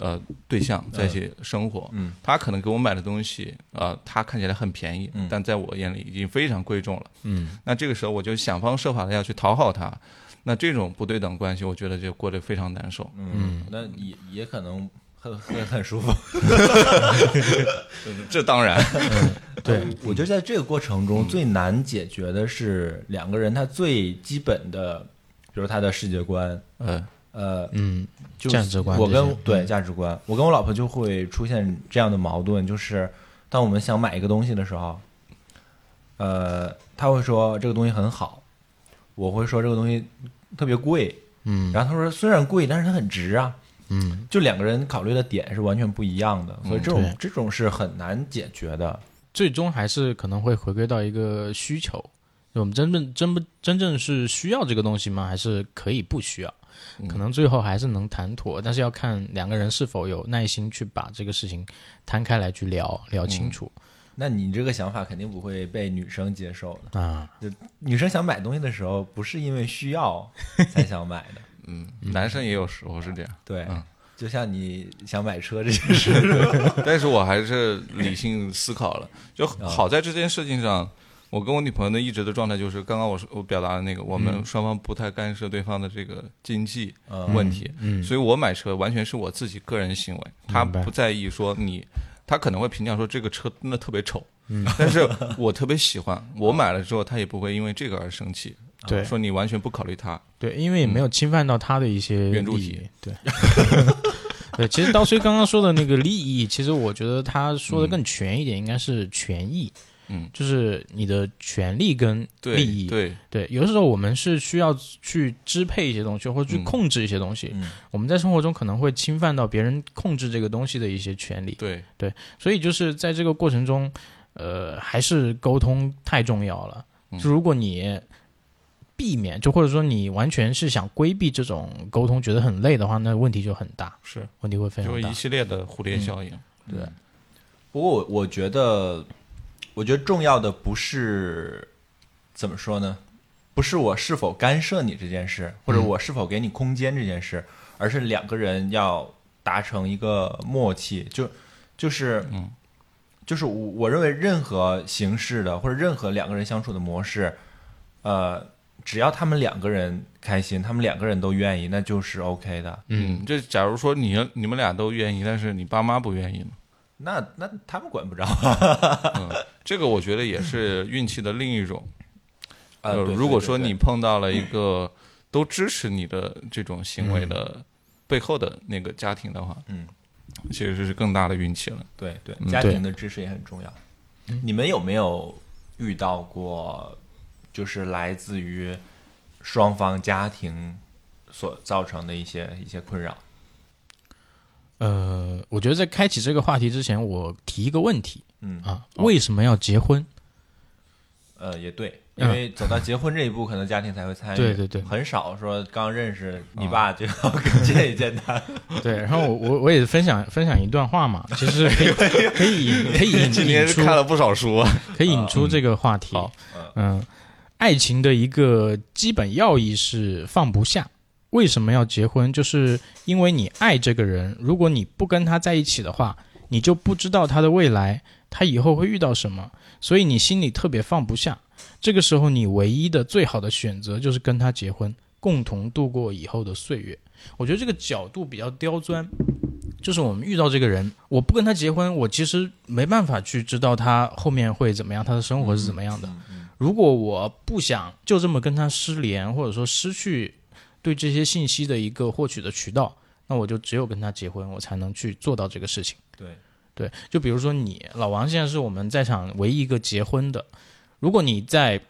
Speaker 3: 呃对象在一起生活，
Speaker 2: 嗯
Speaker 3: 他可能给我买的东西，呃，他看起来很便宜，
Speaker 2: 嗯
Speaker 3: 但在我眼里已经非常贵重了。
Speaker 1: 嗯，
Speaker 3: 那这个时候我就想方设法的要去讨好他，那这种不对等关系，我觉得就过得非常难受。
Speaker 2: 嗯，那也也可能很很很舒服。
Speaker 3: 这当然，
Speaker 1: 对，
Speaker 2: 嗯我觉得在这个过程中最难解决的是两个人他最基本的，比如他的世界观，
Speaker 3: 呃，
Speaker 2: 呃，
Speaker 1: 嗯，
Speaker 2: 就是
Speaker 1: 价值观这
Speaker 2: 我
Speaker 1: 些，嗯
Speaker 2: 跟对价值观，我跟我老婆就会出现这样的矛盾，就是当我们想买一个东西的时候，呃，他会说这个东西很好，我会说这个东西特别贵，
Speaker 1: 嗯
Speaker 2: 然后他说虽然贵，但是它很值啊，
Speaker 1: 嗯，
Speaker 2: 就两个人考虑的点是完全不一样的，所以这种、
Speaker 1: 对
Speaker 2: 这种是很难解决的。
Speaker 1: 最终还是可能会回归到一个需求，就我们真正真不真正是需要这个东西吗？还是可以不需要？
Speaker 3: 嗯
Speaker 1: 可能最后还是能谈妥，但是要看两个人是否有耐心去把这个事情摊开来去聊聊清楚、
Speaker 2: 那你这个想法肯定不会被女生接受的。
Speaker 1: 啊。
Speaker 2: 女生想买东西的时候，不是因为需要才想买的，
Speaker 3: 嗯，男生也有时候是这样。
Speaker 2: 对，
Speaker 3: 嗯
Speaker 2: 就像你想买车这件事，
Speaker 3: 但是我还是理性思考了。就
Speaker 1: 啊
Speaker 3: 好在这件事情上，我跟我女朋友的一直的状态就是，刚刚我说我表达的那个，我
Speaker 1: 嗯
Speaker 3: 们双方不太干涉对方的这个经济问题，
Speaker 1: 嗯，
Speaker 3: 所以我买车完全是我自己个人行为，她
Speaker 1: 明白
Speaker 3: 不在意说你。她可能会评价说这个车真的特别丑，
Speaker 1: 嗯
Speaker 3: 但是我特别喜欢，我买了之后她也不会因为这个而生气，
Speaker 1: 对
Speaker 3: 说你完全不考虑她，
Speaker 1: 对，因为也没有侵犯到他的一些
Speaker 3: 原著
Speaker 1: 利益
Speaker 3: 嗯体。
Speaker 1: 对， 对，其实刀虽刚刚说的那个利益，其实我觉得他说的更全一点，应该是权益。
Speaker 3: 嗯
Speaker 1: 就是你的权利跟利
Speaker 3: 对
Speaker 1: 益。
Speaker 3: 对，
Speaker 1: 对有的时候我们是需要去支配一些东西，或者去
Speaker 3: 嗯
Speaker 1: 控制一些东西。
Speaker 2: 嗯
Speaker 1: 我们在生活中可能会侵犯到别人控制这个东西的一些权利。
Speaker 3: 对，
Speaker 1: 所以就是在这个过程中，呃，还是沟通太重要了。
Speaker 3: 嗯
Speaker 1: 就如果你避免，就或者说你完全是想规避这种沟通，觉得很累的话，那问题就很大，
Speaker 3: 是，
Speaker 1: 问题会非
Speaker 3: 就
Speaker 1: 常
Speaker 3: 是
Speaker 1: 大
Speaker 3: 一。系列的蝴蝶效应，
Speaker 2: 对。不过我我觉得，我觉得重要的不是怎么说呢？不是我是否干涉你这件事，或者我是否给你空间这件事，而是两个人要达成一个默契，就就是
Speaker 3: 嗯
Speaker 2: 就是我我认为任何形式的或者任何两个人相处的模式，呃，只要他们两个人开心，他们两个人都愿意，那就是 OK 的。
Speaker 3: 嗯，这假如说你你们俩都愿意，但是你爸妈不愿意呢？
Speaker 2: 那那他们管不着，
Speaker 3: 这个我觉得也 是运气的另一种。
Speaker 2: 啊
Speaker 3: 呃
Speaker 2: 对
Speaker 3: 如果说
Speaker 2: 对对
Speaker 3: 你碰到了一个都支持你的这种行为的背后的那个家庭的话，
Speaker 2: 嗯，
Speaker 3: 其实是更大的运气了。
Speaker 2: 对对，
Speaker 3: 嗯
Speaker 2: 家
Speaker 1: 对嗯
Speaker 2: 庭的支持也很重要。你们有没有遇到过，就是来自于双方家庭所造成的一些一些困扰。
Speaker 1: 呃，我觉得在开启这个话题之前，我提一个问题
Speaker 2: 嗯，
Speaker 1: 啊，
Speaker 3: 哦
Speaker 1: 为什么要结婚？
Speaker 2: 呃，也对，因为走到结婚这一步，可能家庭才会
Speaker 3: 哎
Speaker 2: 参
Speaker 1: 嗯
Speaker 2: 与。
Speaker 1: 对对对啊
Speaker 2: 很少说刚认识你爸就要跟见一见 他。
Speaker 1: 对，然后我我我也分享分享一段话嘛，其实可以可以引可以引
Speaker 3: 今天
Speaker 1: 引
Speaker 3: 是
Speaker 1: 出
Speaker 3: 看了不少书啊，
Speaker 1: 可以引出这个话题
Speaker 3: 嗯好。
Speaker 1: 嗯，爱情的一个基本要义是放不下。为什么要结婚？就是因为你爱这个人，如果你不跟他在一起的话，你就不知道他的未来，他以后会遇到什么，所以你心里特别放不下。这个时候，你唯一的最好的选择就是跟他结婚，共同度过以后的岁月。我觉得这个角度比较刁钻，就是我们遇到这个人，我不跟他结婚，我其实没办法去知道他后面会怎么样，他的生活是怎么样的。如果我不想就这么跟他失联，或者说失去对这些信息的一个获取的渠道，那我就只有跟他结婚，我才能去做到这个事情。
Speaker 2: 对，
Speaker 1: 对，就比如说你老王现在是我们在场唯一一个结婚的，如果你在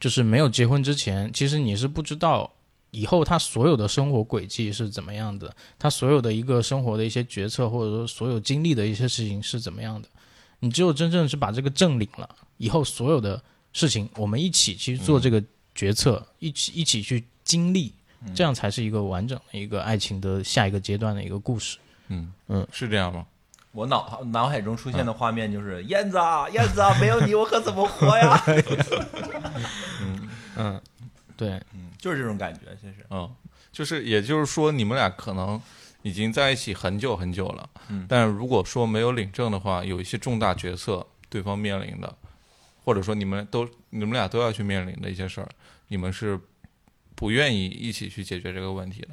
Speaker 1: 就是没有结婚之前，其实你是不知道以后他所有的生活轨迹是怎么样的，他所有的一个生活的一些决策，或者说所有经历的一些事情是怎么样的。你只有真正是把这个证领了，以后所有的事情我们一起去做这个决策，一起一起去经历，这样才是一个完整的一个爱情的下一个阶段的一个故事。
Speaker 3: 嗯
Speaker 1: 嗯，
Speaker 3: 是这样吗？
Speaker 2: 我脑脑海中出现的画面就是燕子啊，燕 子啊，没有你我可怎么活呀？
Speaker 1: 对，
Speaker 2: 就是这种感觉，其实。
Speaker 3: 嗯，就是也就是说，你们俩可能已经在一起很久很久了，
Speaker 2: 嗯
Speaker 3: 但如果说没有领证的话，有一些重大决策对方面临的，或者说你们都你们俩都要去面临的一些事儿，你们是不愿意一起去解决这个问题的。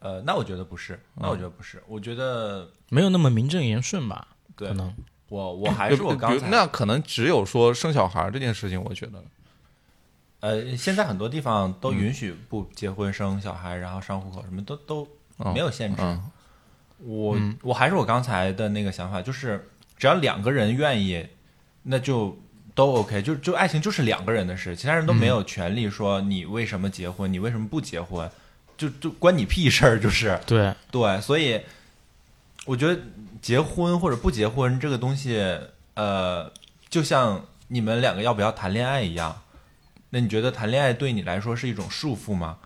Speaker 2: 呃，那我觉得不是，那我觉得不是，我觉得
Speaker 1: 没有那么名正言顺吧？
Speaker 2: 对
Speaker 1: 可能
Speaker 2: 我我还是我
Speaker 3: 比
Speaker 2: 刚
Speaker 3: 如
Speaker 2: 才
Speaker 3: 那可能只有说生小孩儿这件事情，我觉得
Speaker 2: 呃，现在很多地方都允许不结婚生小孩，然后上户口什么都都
Speaker 3: 嗯
Speaker 2: 没有限制。
Speaker 3: 嗯
Speaker 2: 我、我还是我刚才的那个想法，就是只要两个人愿意，那就都 OK。就就爱情就是两个人的事，其他人都没有权利说你为什么结婚，你为什么不结婚，就就关你屁事儿，就是
Speaker 1: 对，
Speaker 2: 对。所以我觉得结婚或者不结婚这个东西，呃，就像你们两个要不要谈恋爱一样。那你觉得谈恋爱对你来说是一种束缚吗？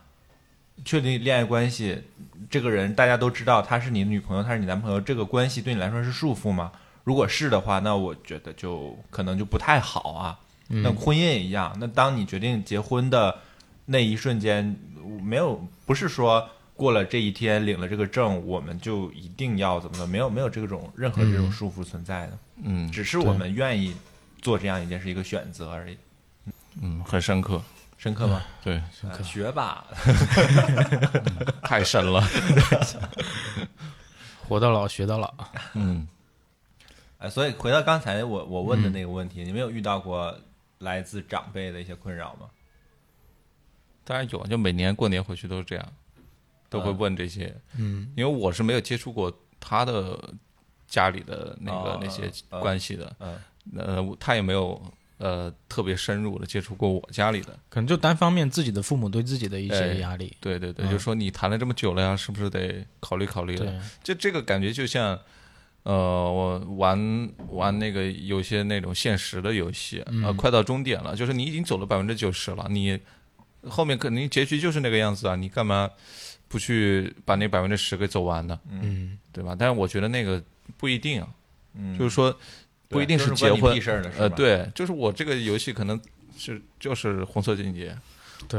Speaker 2: 确定恋爱关系，这个人大家都知道他是你的女朋友，他是你男朋友，这个关系对你来说是束缚吗？如果是的话，那我觉得就可能就不太好啊。那婚姻也一样，那当你决定结婚的那一瞬间，没有不是说过了这一天领了这个证，我们就一定要怎么的，没有没有这种任何这种束缚存在的，
Speaker 3: 嗯
Speaker 2: 只是我们愿意做这样一件事一个选择而已。
Speaker 3: 嗯，很深刻，
Speaker 2: 深刻吗？
Speaker 3: 对，
Speaker 2: 呃学霸，
Speaker 3: 太深了，
Speaker 1: 活到老学到老。
Speaker 3: 嗯。
Speaker 2: 哎，所以回到刚才我我问的那个问题，你们有遇到过来自长辈的一些困扰吗？
Speaker 3: 当然有，就每年过年回去都是这样，都会问这些。
Speaker 1: 嗯，
Speaker 3: 因为我是没有接触过他的家里的那个、
Speaker 2: 哦
Speaker 3: 那些
Speaker 2: 嗯
Speaker 3: 关系的，
Speaker 2: 嗯，
Speaker 3: 呃，我他也没有呃特别深入的接触过我家里的。
Speaker 1: 可能就单方面自己的父母对自己的一
Speaker 3: 哎
Speaker 1: 些压力。
Speaker 3: 对对对，就说你谈了这么久了呀，是不是得考虑考虑了？
Speaker 1: 对，
Speaker 3: 就这个感觉就像，呃，我玩玩那个有些那种限时的游戏，
Speaker 2: 嗯
Speaker 3: 呃，快到终点了，就是你已经走了百分之九十了，你后面肯定结局就是那个样子啊，你干嘛不去把那百分之十给走完呢？
Speaker 1: 嗯，
Speaker 3: 对吧？但是我觉得那个不一定啊，
Speaker 2: 嗯
Speaker 3: 就是说不一定
Speaker 2: 就是
Speaker 3: 结
Speaker 2: 关你
Speaker 3: 婚
Speaker 2: 屁，事儿的是吧
Speaker 3: 呃，，对，就是我这个游戏可能是就是红色境界。
Speaker 1: 对，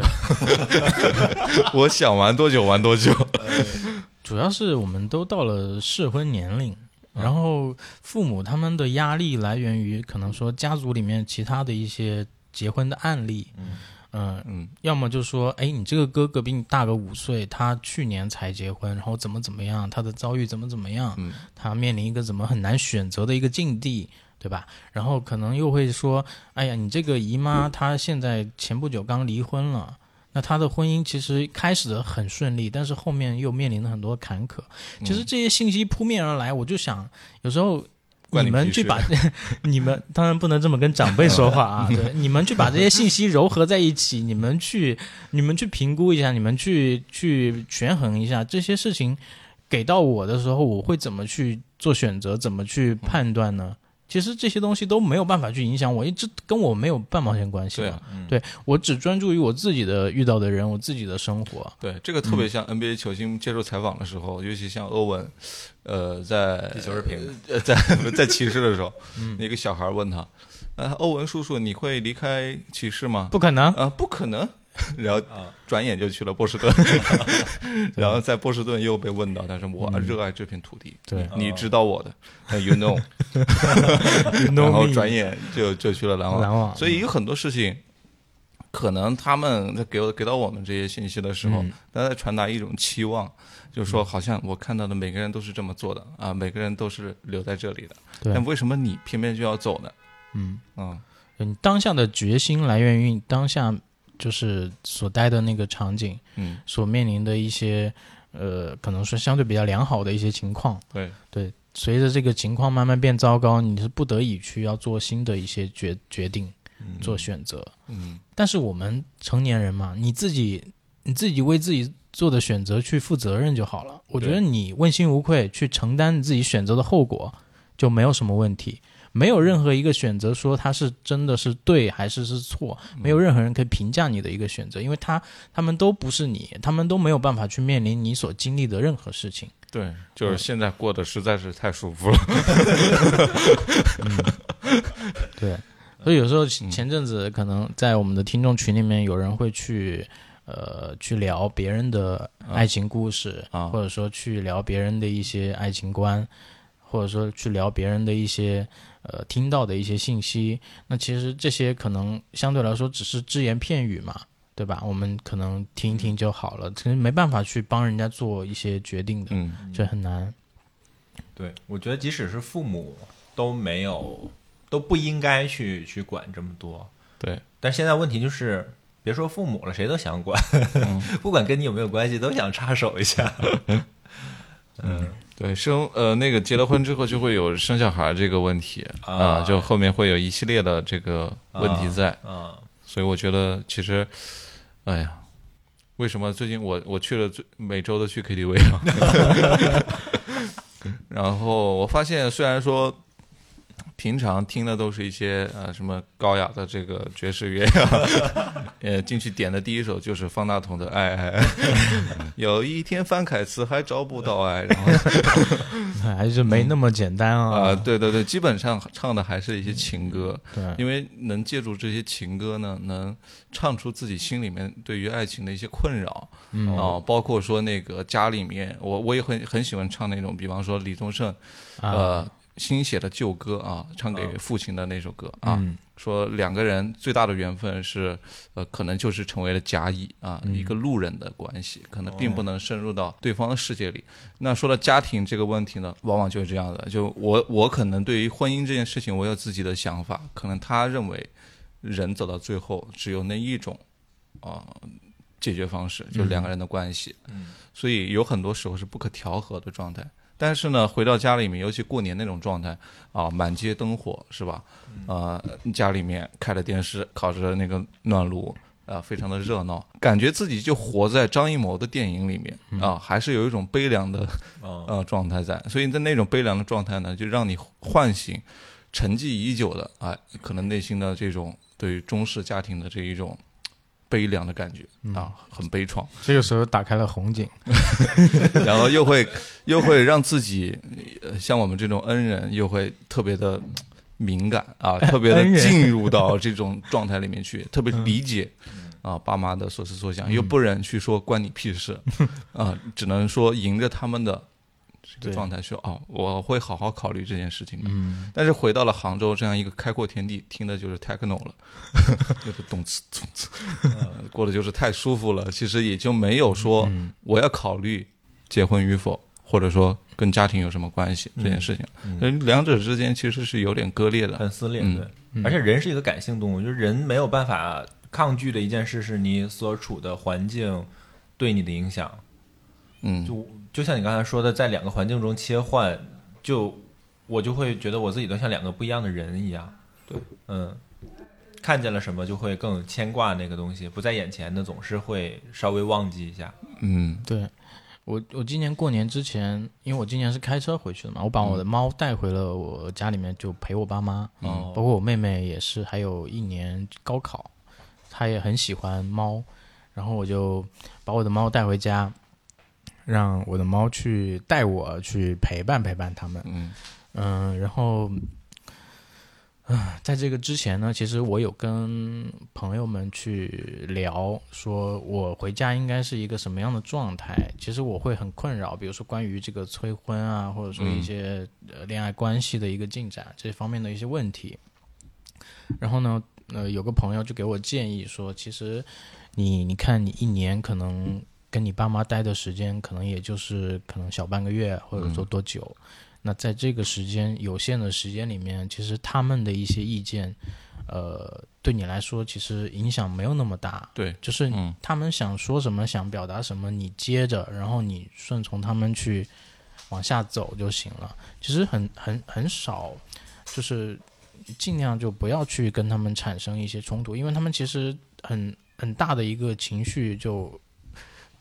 Speaker 3: 我想玩多久玩多久。
Speaker 1: 主要是我们都到了适婚年龄，
Speaker 2: 嗯
Speaker 1: 然后父母他们的压力来源于可能说家族里面其他的一些结婚的案例，
Speaker 2: 嗯
Speaker 1: 嗯、
Speaker 3: 嗯，
Speaker 1: 要么就说，哎，你这个哥哥比你大个五岁，他去年才结婚，然后怎么怎么样，他的遭遇怎么怎么样，
Speaker 3: 嗯
Speaker 1: 他面临一个怎么很难选择的一个境地，对吧？然后可能又会说，哎呀，你这个姨妈她现在前不久刚离婚了。那她的婚姻其实开始的很顺利，但是后面又面临了很多坎坷。其实这些信息扑面而来，我就想，有时候
Speaker 3: 怪
Speaker 1: 你们
Speaker 3: 们
Speaker 1: 去把 你们当然不能这么跟长辈说话啊，对，你们去把这些信息糅合在一起，你们去你们去评估一下，你们去去权衡一下这些事情给到我的时候，我会怎么去做选择，怎么
Speaker 3: 嗯
Speaker 1: 去判断呢？其实这些东西都没有办法去影响我，因为这跟我没有半毛钱关系
Speaker 3: 对
Speaker 1: 嘛
Speaker 3: 啊。
Speaker 2: 嗯
Speaker 1: 对我只专注于我自己的遇到的人，我自己的生活。
Speaker 3: 对，这个特
Speaker 2: 嗯
Speaker 3: 别像 NBA 球星接受采访的时候，尤其像欧文，呃，在
Speaker 2: 地球是平的嗯
Speaker 3: 呃在 在骑士的时候，一个小孩问他，呃，欧文叔叔，你会离开骑士吗？
Speaker 1: 不可能，
Speaker 3: 啊，不可能。然后
Speaker 2: 啊
Speaker 3: 转眼就去了波 士顿，然后在波士顿又被问到，他说：“我
Speaker 2: 嗯
Speaker 3: 热爱这片土地，
Speaker 1: 对
Speaker 2: 哦
Speaker 3: 你知道我的那，you know。”然后
Speaker 1: No
Speaker 3: 转
Speaker 1: me
Speaker 3: 眼就就去了篮网，
Speaker 1: 篮网
Speaker 3: 啊所以有很多事情，可能他们在给我给到我们这些信息的时
Speaker 1: 嗯
Speaker 3: 候，他在传达一种期望，就是说好像我看到的每个人都是这么做的啊，每个人都是留在这里的，
Speaker 1: 对
Speaker 3: 但为什么你偏偏就要走呢？
Speaker 1: 嗯。
Speaker 3: 嗯，
Speaker 1: 嗯，当下的决心来源于你当下就是所待的那个场景，
Speaker 3: 嗯，
Speaker 1: 所面临的一些呃，可能说相对比较良好的一些情况。
Speaker 3: 对，
Speaker 1: 对，随着这个情况慢慢变糟糕，你是不得已去要做新的一些决决定，做选择。
Speaker 3: 嗯，
Speaker 1: 但是我们成年人嘛，你自己你自己为自己做的选择去负责任就好了。我觉得你问心无愧，去承担你自己选择的后果，就没有什么问题。没有任何一个选择说它是真的是对还是是错，
Speaker 3: 嗯
Speaker 1: 没有任何人可以评价你的一个选择，因为他他们都不是你，他们都没有办法去面临你所经历的任何事情。
Speaker 3: 对，
Speaker 1: 嗯
Speaker 3: 就是现在过得实在是太舒服了，
Speaker 1: 对，嗯所以有时候前前阵子可能在我们的听众群里面，有人会去呃去聊别人的爱情故事，
Speaker 3: 啊
Speaker 1: 或者说去聊别人的一些爱情观，或者说去聊别人的一些呃听到的一些信息。那其实这些可能相对来说只是只言片语嘛。对吧？我们可能听一听就好了，其实没办法去帮人家做一些决定的，
Speaker 3: 嗯，
Speaker 1: 这很难。
Speaker 2: 对，我觉得即使是父母都没有，都不应该去去管这么多。
Speaker 3: 对，
Speaker 2: 但现在问题就是，别说父母了，谁都想管，
Speaker 3: 嗯
Speaker 2: 不管跟你有没有关系，都想插手一下。
Speaker 3: 对，生呃那个结了婚之后就会有生小孩这个问题
Speaker 2: 啊
Speaker 3: 啊，就后面会有一系列的这个问题在，
Speaker 2: 啊，
Speaker 3: 所以我觉得其实，哎呀，为什么最近我我去了最每周都去 KTV 啊？ 然后我发现，虽然说平常听的都是一些呃什么高雅的这个爵士乐啊， 呃进去点的第一首就是方大同的《爱爱爱》，有一天翻开词还找不到爱，然后
Speaker 1: 还是没那么简单
Speaker 3: 啊、
Speaker 1: 啊。
Speaker 3: 对对对，基本上唱的还是一些情歌，
Speaker 1: 对，
Speaker 3: 因为能借助这些情歌呢，能唱出自己心里面对于爱情的一些困扰，嗯啊、包括说那个家里面，我我也很很喜欢唱那种，比方说李宗盛，
Speaker 1: 啊
Speaker 3: 呃，新写的旧歌啊，唱给父亲的那首歌啊，说两个人最大的缘分是，呃，可能就是成为了甲乙啊，一个路人的关系，可能并不能深入到对方的世界里。那说到家庭这个问题呢，往往就是这样的，就我我可能对于婚姻这件事情，我有自己的想法，可能他认为人走到最后只有那一种啊、解决方式，就是两个人的关系，所以有很多时候是不可调和的状态。但是呢，回到家里面，尤其过年那种状态啊，满街灯火是吧？啊、家里面开着电视，烤着那个暖炉，啊、非常的热闹，感觉自己就活在张艺谋的电影里面啊、还是有一种悲凉的
Speaker 2: 嗯
Speaker 3: 呃状态在。所以在那种悲凉的状态呢，就让你唤醒沉寂已久的啊，可能内心的这种对于中式家庭的这一种悲凉的感觉
Speaker 1: 嗯
Speaker 3: 啊，很悲怆。
Speaker 1: 这个时候打开了红警，
Speaker 3: 然后又会又会让自己，呃像我们这种恩人，又会特别的敏感啊，特别
Speaker 1: 恩
Speaker 3: 的
Speaker 1: 人嗯
Speaker 3: 进入到这种状态里面去，特别理解啊爸妈的所思所想，又不忍去说关你屁事啊，只能说迎着他们的。这
Speaker 1: 对
Speaker 3: 个状态说哦，我会好好考虑这件事情的。
Speaker 1: 嗯，
Speaker 3: 但是回到了杭州这样一个开阔天地，听的就是 techno 了， 就是动次动次，呃过得就是太舒服了。其实也就没有说我要考虑结婚与否，或者说跟家庭有什么关系这件事情，所以两者之间其实是有点割裂的。
Speaker 2: 很撕裂，
Speaker 3: 嗯
Speaker 2: 对。而且人是一个感性动物，就是人没有办法抗拒的一件事是你所处的环境对你的影响。
Speaker 3: 嗯，
Speaker 2: 就就像你刚才说的，在两个环境中切换，就我就会觉得我自己都像两个不一样的人一样。
Speaker 3: 对，
Speaker 2: 嗯，看见了什么就会更牵挂那个东西，不在眼前的总是会稍微忘记一下。
Speaker 3: 嗯，
Speaker 1: 对我，我今年过年之前，因为我今年是开车回去的嘛，我把我的猫带回了我家里面，就陪我爸妈，包
Speaker 2: 哦，
Speaker 1: 括我妹妹也是，还有一年高考，她也很喜欢猫，然后我就把我的猫带回家，让我的猫去带我去陪伴陪伴他们。
Speaker 3: 嗯
Speaker 1: 嗯，然后，啊，在这个之前呢，其实我有跟朋友们去聊，说我回家应该是一个什么样的状态。其实我会很困扰，比如说关于这个催婚啊，或者说一
Speaker 3: 嗯
Speaker 1: 些、呃恋爱关系的一个进展这方面的一些问题。然后呢，呃，有个朋友就给我建议说，其实你你看，你一年可能跟你爸妈待的时间，可能也就是可能小半个月，或者说多久。那在这个时间有限的时间里面，其实他们的一些意见，呃，对你来说其实影响没有那么大。
Speaker 3: 对，
Speaker 1: 就是
Speaker 3: 嗯
Speaker 1: 他们想说什么，想表达什么，你接着，然后你顺从他们去往下走就行了。其实很很很少，就是尽量就不要去跟他们产生一些冲突，因为他们其实很很大的一个情绪就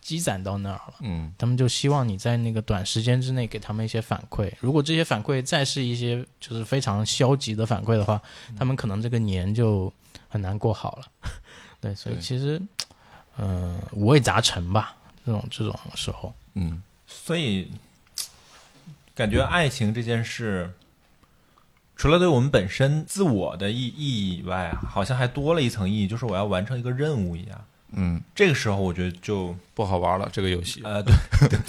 Speaker 1: 积攒到那儿了。
Speaker 3: 嗯
Speaker 1: 他们就希望你在那个短时间之内给他们一些反馈。如果这些反馈再是一些就是非常消极的反馈的话，
Speaker 3: 嗯
Speaker 1: 他们可能这个年就很难过好了。 对，所以
Speaker 3: 对
Speaker 1: 其实，嗯、五味杂陈吧，这种这种时候，
Speaker 3: 嗯
Speaker 2: 所以感觉爱情这件事，除了对我们本身自我的意意义以外，啊好像还多了一层意义，就是我要完成一个任务一样。
Speaker 3: 嗯，
Speaker 2: 这个时候，我觉得就
Speaker 3: 不好玩了这个游戏。
Speaker 2: 呃，对对，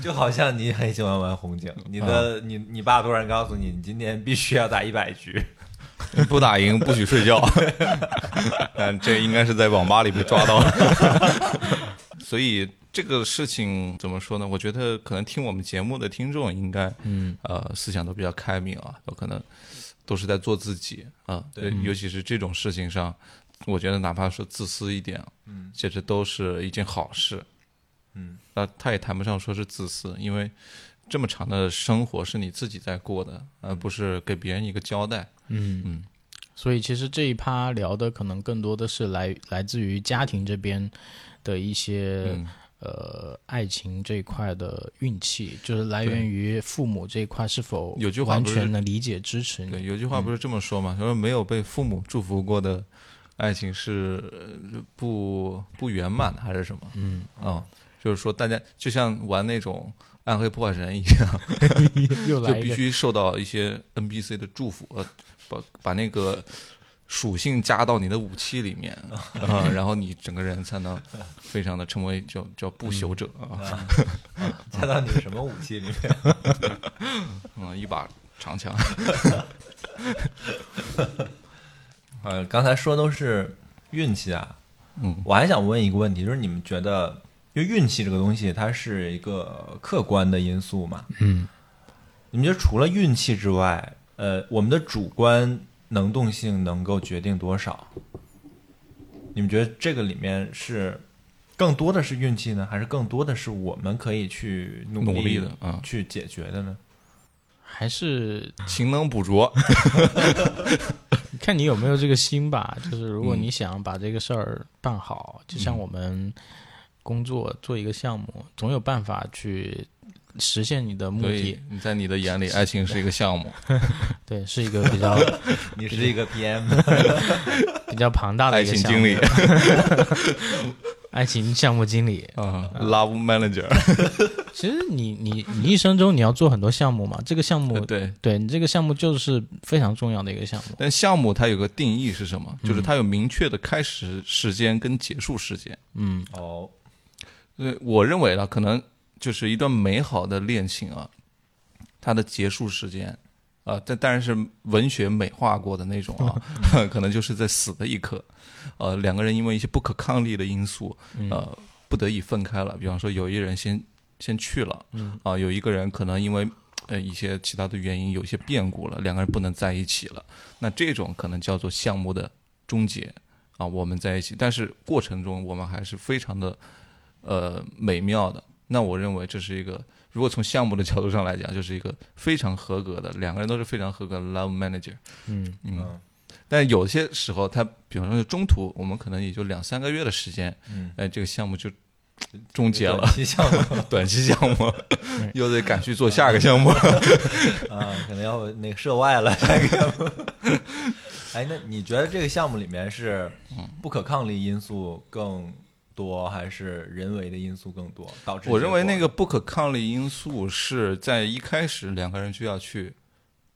Speaker 2: 就好像你很喜欢玩红警，你的、你你爸突然告诉你，你今天必须要打一百局，
Speaker 3: 不打赢不许睡觉。 嗯，这应该是在网吧里被抓到了。 所以这个事情怎么说呢？我觉得可能听我们节目的听众应该，
Speaker 1: 嗯，
Speaker 3: 呃，思想都比较开明啊，有可能都是在做自己啊。
Speaker 2: 对嗯
Speaker 3: 尤其是这种事情上，我觉得哪怕是自私一点，啊
Speaker 2: 嗯
Speaker 3: 其实都是一件好事。
Speaker 2: 嗯，
Speaker 3: 那他也谈不上说是自私，因为这么长的生活是你自己在过的，而不是给别人一个交代。
Speaker 1: 嗯
Speaker 3: 嗯，
Speaker 1: 所以其实这一趴聊的可能更多的是来来自于家庭这边的一些、
Speaker 3: 嗯
Speaker 1: 呃爱情这一块的运气，就是来源于父母这一块是否
Speaker 3: 有句话
Speaker 1: 完
Speaker 3: 不是
Speaker 1: 全能理解支持你。
Speaker 3: 对，有句话不是这么说
Speaker 1: 嗯
Speaker 3: 嘛，说没有被父母祝福过的爱情是呃不不圆满的，还是什么？
Speaker 1: 嗯，
Speaker 3: 啊、就是说大家就像玩那种暗黑破坏神一样，
Speaker 1: 又
Speaker 3: 就
Speaker 1: 来一
Speaker 3: 必
Speaker 1: 个，
Speaker 3: 须受到一些 NPC 的祝福，呃，把把那个属性加到你的武器里 面啊、然后你整个人才能非常的成为叫叫不朽者啊，
Speaker 1: 嗯
Speaker 2: 加到你的什么武器里面？
Speaker 3: 嗯，一把长枪，
Speaker 2: 呃，刚才说都是运气啊，
Speaker 3: 嗯
Speaker 2: 我还想问一个问题，就是你们觉得，因为运气这个东西，它是一个客观的因素嘛？
Speaker 1: 嗯
Speaker 2: 你们觉得除了运气之外，呃，我们的主观能动性能够决定多少？你们觉得这个里面是更多的是运气呢，还是更多的是我们可以去努
Speaker 3: 努力
Speaker 2: 力
Speaker 3: 的啊，
Speaker 2: 去解决的呢？
Speaker 1: 还是
Speaker 3: 勤能 补拙，
Speaker 1: 看你有没有这个心吧。就是如果
Speaker 3: 嗯
Speaker 1: 你想把这个事儿办好，就像我们工作做一个项目，总有办法去实现你的目
Speaker 3: 所
Speaker 1: 的
Speaker 3: 以。你在你的眼里，爱情是一个项目。
Speaker 1: 对，是一个比 较
Speaker 2: 你是一个 PM，
Speaker 1: 比较庞大的
Speaker 3: 爱
Speaker 1: 一个
Speaker 3: 情
Speaker 1: 项目
Speaker 3: 经 理，
Speaker 1: 爱情项目经理。
Speaker 3: 啊，Love Manager，
Speaker 1: 其实你你你一生中你要做很多项目嘛，这个项目
Speaker 3: 呃对。
Speaker 1: 对你这个项目就是非常重要的一个项目。
Speaker 3: 但项目它有个定义是什么？
Speaker 1: 嗯
Speaker 3: 就是它有明确的开始时间跟结束时间。
Speaker 1: 嗯
Speaker 2: 哦，
Speaker 3: 呃，我认为呢，可能就是一段美好的恋情啊，它的结束时间，啊，但当然是文学美化过的那种 啊，可能就是在死的一刻，呃，两个人因为一些不可抗力的因素，呃，不得已分开了。比方说，有一人先先去了，啊、有一个人可能因为呃一些其他的原因有一些变故了，两个人不能在一起了。那这种可能叫做项目的终结啊、我们在一起，但是过程中我们还是非常的呃美妙的。那我认为这是一个如果从项目的角度上来讲，就是一个非常合格的，两个人都是非常合格的 love manager。
Speaker 1: 嗯
Speaker 3: 嗯，
Speaker 2: 嗯
Speaker 3: 但有些时候，他比方说中途，我们可能也就两三个月的时间，
Speaker 2: 嗯，
Speaker 3: 哎，这个项目就终结了，
Speaker 2: 短期项目
Speaker 3: 短期项目 又得赶去做下个项目。
Speaker 2: 啊，可能要那个涉外了下一个项目。哎，那你觉得这个项目里面是
Speaker 3: 嗯
Speaker 2: 不可抗力因素更多，还是人为的因素更多导致？
Speaker 3: 我认为那个不可抗力因素是在一开始两个人就要去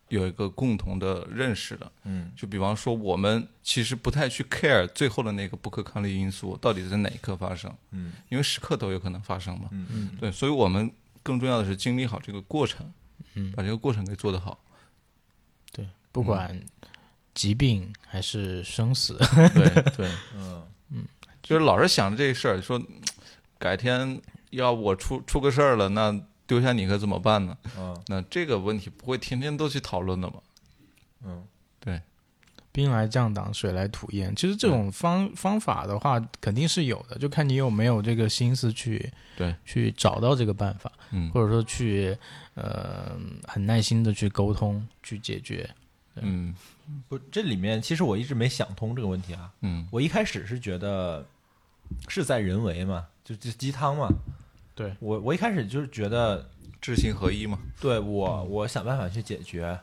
Speaker 3: 有一个共同的认识的。
Speaker 2: 嗯
Speaker 3: 就比方说，我们其实不太去 care 最后的那个不可抗力因素到底在哪一刻发生，
Speaker 2: 嗯
Speaker 3: 因为时刻都有可能发生嘛。
Speaker 2: 嗯嗯
Speaker 3: 对，所以我们更重要的是经历好这个过程，
Speaker 1: 嗯，
Speaker 3: 把这个过程给做得好。
Speaker 1: 对，不管疾病还是生死，
Speaker 3: 对对，
Speaker 2: 嗯
Speaker 3: 就是老是想着这事儿，说改天要我出出个事儿了，那丢下你可怎么办呢？
Speaker 2: 嗯
Speaker 3: 那这个问题不会天天都去讨论的嘛？
Speaker 2: 嗯
Speaker 3: 对，
Speaker 1: 兵来将挡，水来土掩。其实这种方方法的话，肯定是有的，就看你有没有这个心思去
Speaker 3: 对
Speaker 1: 去找到这个办法，
Speaker 3: 嗯
Speaker 1: 或者说去呃很耐心的去沟通去解决。
Speaker 3: 嗯
Speaker 2: 不，这里面其实我一直没想通这个问题啊。
Speaker 3: 嗯，
Speaker 2: 我一开始是觉得是在人为嘛，就就鸡汤嘛。
Speaker 1: 对，
Speaker 2: 我我一开始就是觉得，
Speaker 3: 知行合一嘛。
Speaker 2: 对我我想办法去解决，然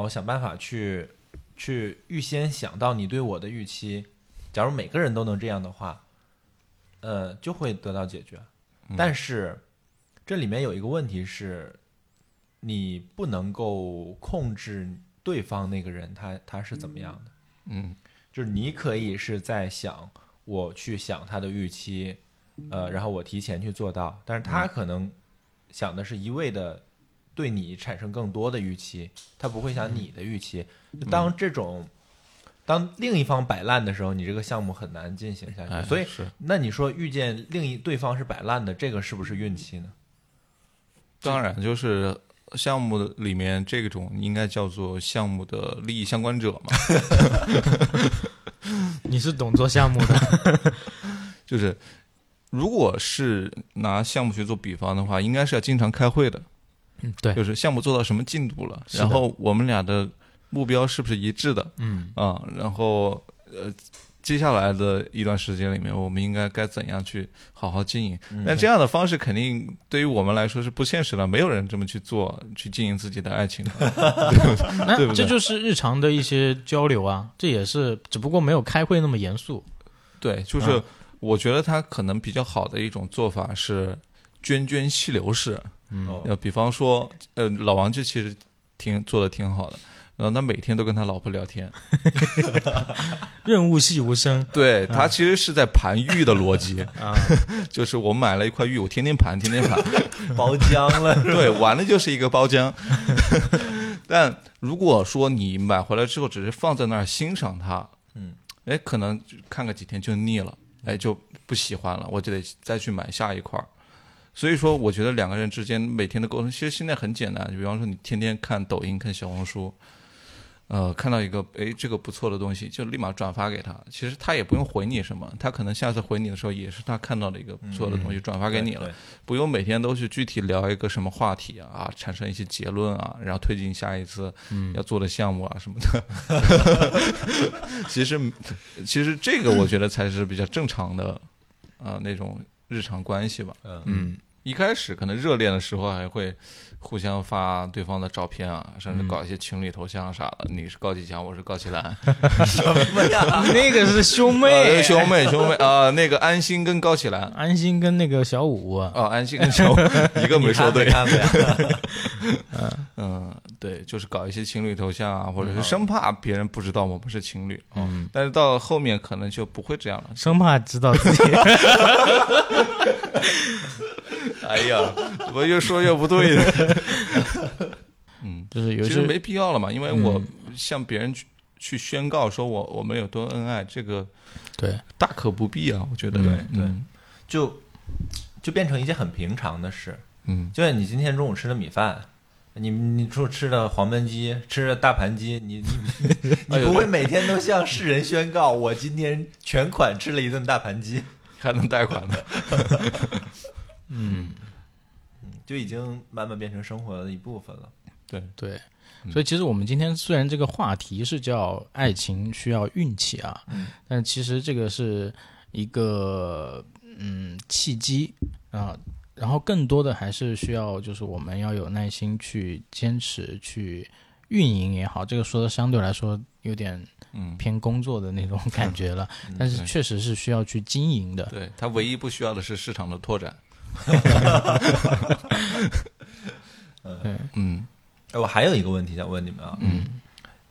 Speaker 2: 后想办法去去预先想到你对我的预期。假如每个人都能这样的话，呃，就会得到解决。
Speaker 3: 嗯
Speaker 2: 但是这里面有一个问题是，你不能够控制对方那个人他他是怎么样的。
Speaker 3: 嗯
Speaker 2: 就是你可以是在想我去想他的预期，呃，然后我提前去做到，但是
Speaker 3: 嗯
Speaker 2: 他可能想的是一味的对你产生更多的预期，他不会想你的预期。就
Speaker 3: 嗯
Speaker 2: 当这种当另一方摆烂的时候，你这个项目很难进行下
Speaker 3: 哎
Speaker 2: 去。所以，
Speaker 3: 是
Speaker 2: 那你说遇见另一对方是摆烂的，这个是不是运气呢？
Speaker 3: 当然就是。项目里面这种应该叫做项目的利益相关者嘛，
Speaker 1: 你是懂做项目的，
Speaker 3: 就是如果是拿项目去做比方的话，应该是要经常开会的，
Speaker 1: 嗯对，
Speaker 3: 就是项目做到什么进度了，
Speaker 1: 是的
Speaker 3: 然后我们俩的目标是不是一致的
Speaker 1: 嗯
Speaker 3: 啊？然后呃，接下来的一段时间里面，我们应该该怎样去好好经营？
Speaker 1: 嗯
Speaker 3: 但这样的方式肯定对于我们来说是不现实的，没有人这么去做，去经营自己的 爱情的。
Speaker 1: 那
Speaker 3: 对不对
Speaker 1: 这就是日常的一些交流啊，这也是，只不过没有开会那么严肃。
Speaker 3: 对， 就是我觉得他可能比较好的一种做法是涓涓细流式。
Speaker 2: 哦
Speaker 3: 呃，比方说，呃，老王这其实挺做的挺好的，然后他每天都跟他老婆聊天，
Speaker 1: 润物细无声
Speaker 3: 对他其实是在盘玉的逻辑，
Speaker 1: 啊，
Speaker 3: 就是我买了一块玉，我天天盘，天天盘，
Speaker 2: 包浆了是吧，
Speaker 3: 对，完了 就是一个包浆。 但如果说你买回来之后只是放在那儿欣赏它，
Speaker 2: 嗯，
Speaker 3: 哎，可能看个几天就腻了，哎，就不喜欢了，我就得再去买下一块儿。所以说，我觉得两个人之间每天的沟通，其实现在很简单，就比方说你天天看抖音、看小红书。呃，看到一个哎，这个不错的东西，就立马转发给他。其实他也不用回你什么，他可能下次回你的时候，也是他看到的一个不错的东西，转发给你了
Speaker 2: 嗯对。。
Speaker 3: 不用每天都去具体聊一个什么话题啊，啊产生一些结论啊，然后推进下一次
Speaker 2: 嗯
Speaker 3: 要做的项目啊什么的。 其实，其实这个我觉得才是比较正常的啊、那种日常关系吧。
Speaker 2: 嗯
Speaker 1: 嗯，
Speaker 3: 一开始可能热恋的时候还会互相发对方的照片啊，甚至搞一些情侣头像啥的。你是高启强，我是高启 兰，
Speaker 2: 什么呀？
Speaker 1: 那个是兄
Speaker 3: 啊
Speaker 1: 妹，
Speaker 3: 兄妹兄妹啊、那个安心跟高启兰
Speaker 1: 安心跟那个小五，
Speaker 3: 哦，安心跟小五 一个没说对
Speaker 2: 你。看没看没
Speaker 3: 嗯，对，就是搞一些情侣头像啊，或者是生怕别人不知道我们是情侣。哦
Speaker 1: 嗯，
Speaker 3: 但是到后面可能就不会这样了。
Speaker 1: 生怕知道自己
Speaker 3: 哎呀， 我越说越不对了。嗯，
Speaker 1: 就是有嗯
Speaker 3: 其实
Speaker 1: 些
Speaker 3: 没必要了嘛，因为我向别人去去宣告说我我们有多恩爱，这个
Speaker 1: 对，
Speaker 3: 大可不必啊。我觉得，
Speaker 1: 对
Speaker 2: 对
Speaker 3: 嗯
Speaker 2: 就就变成一件很平常的事。
Speaker 3: 嗯，
Speaker 2: 就像你今天中午吃的米饭，你你说吃的黄焖鸡，吃的大盘鸡，你你
Speaker 3: 哎
Speaker 2: 你
Speaker 3: 呦
Speaker 2: 不会每天都向世人宣告我今天全款吃了一顿大盘鸡？
Speaker 3: 还能贷款呢。
Speaker 1: 嗯，
Speaker 2: 就已经慢慢变成生活的一部分了。
Speaker 3: 对，
Speaker 1: 对，
Speaker 3: 嗯
Speaker 1: 所以其实我们今天虽然这个话题是叫爱情需要运气啊，但其实这个是一个嗯契机啊，然后更多的还是需要就是我们要有耐心去坚持去运营也好，这个说的相对来说有点
Speaker 3: 嗯，
Speaker 1: 偏工作的那种感觉了，但是
Speaker 3: 对
Speaker 1: 确实是需要去经营的。
Speaker 3: 对，它唯一不需要的是市场的拓 展。
Speaker 1: 对，
Speaker 3: 嗯
Speaker 2: 哎，我还有一个问题想问你们啊，嗯，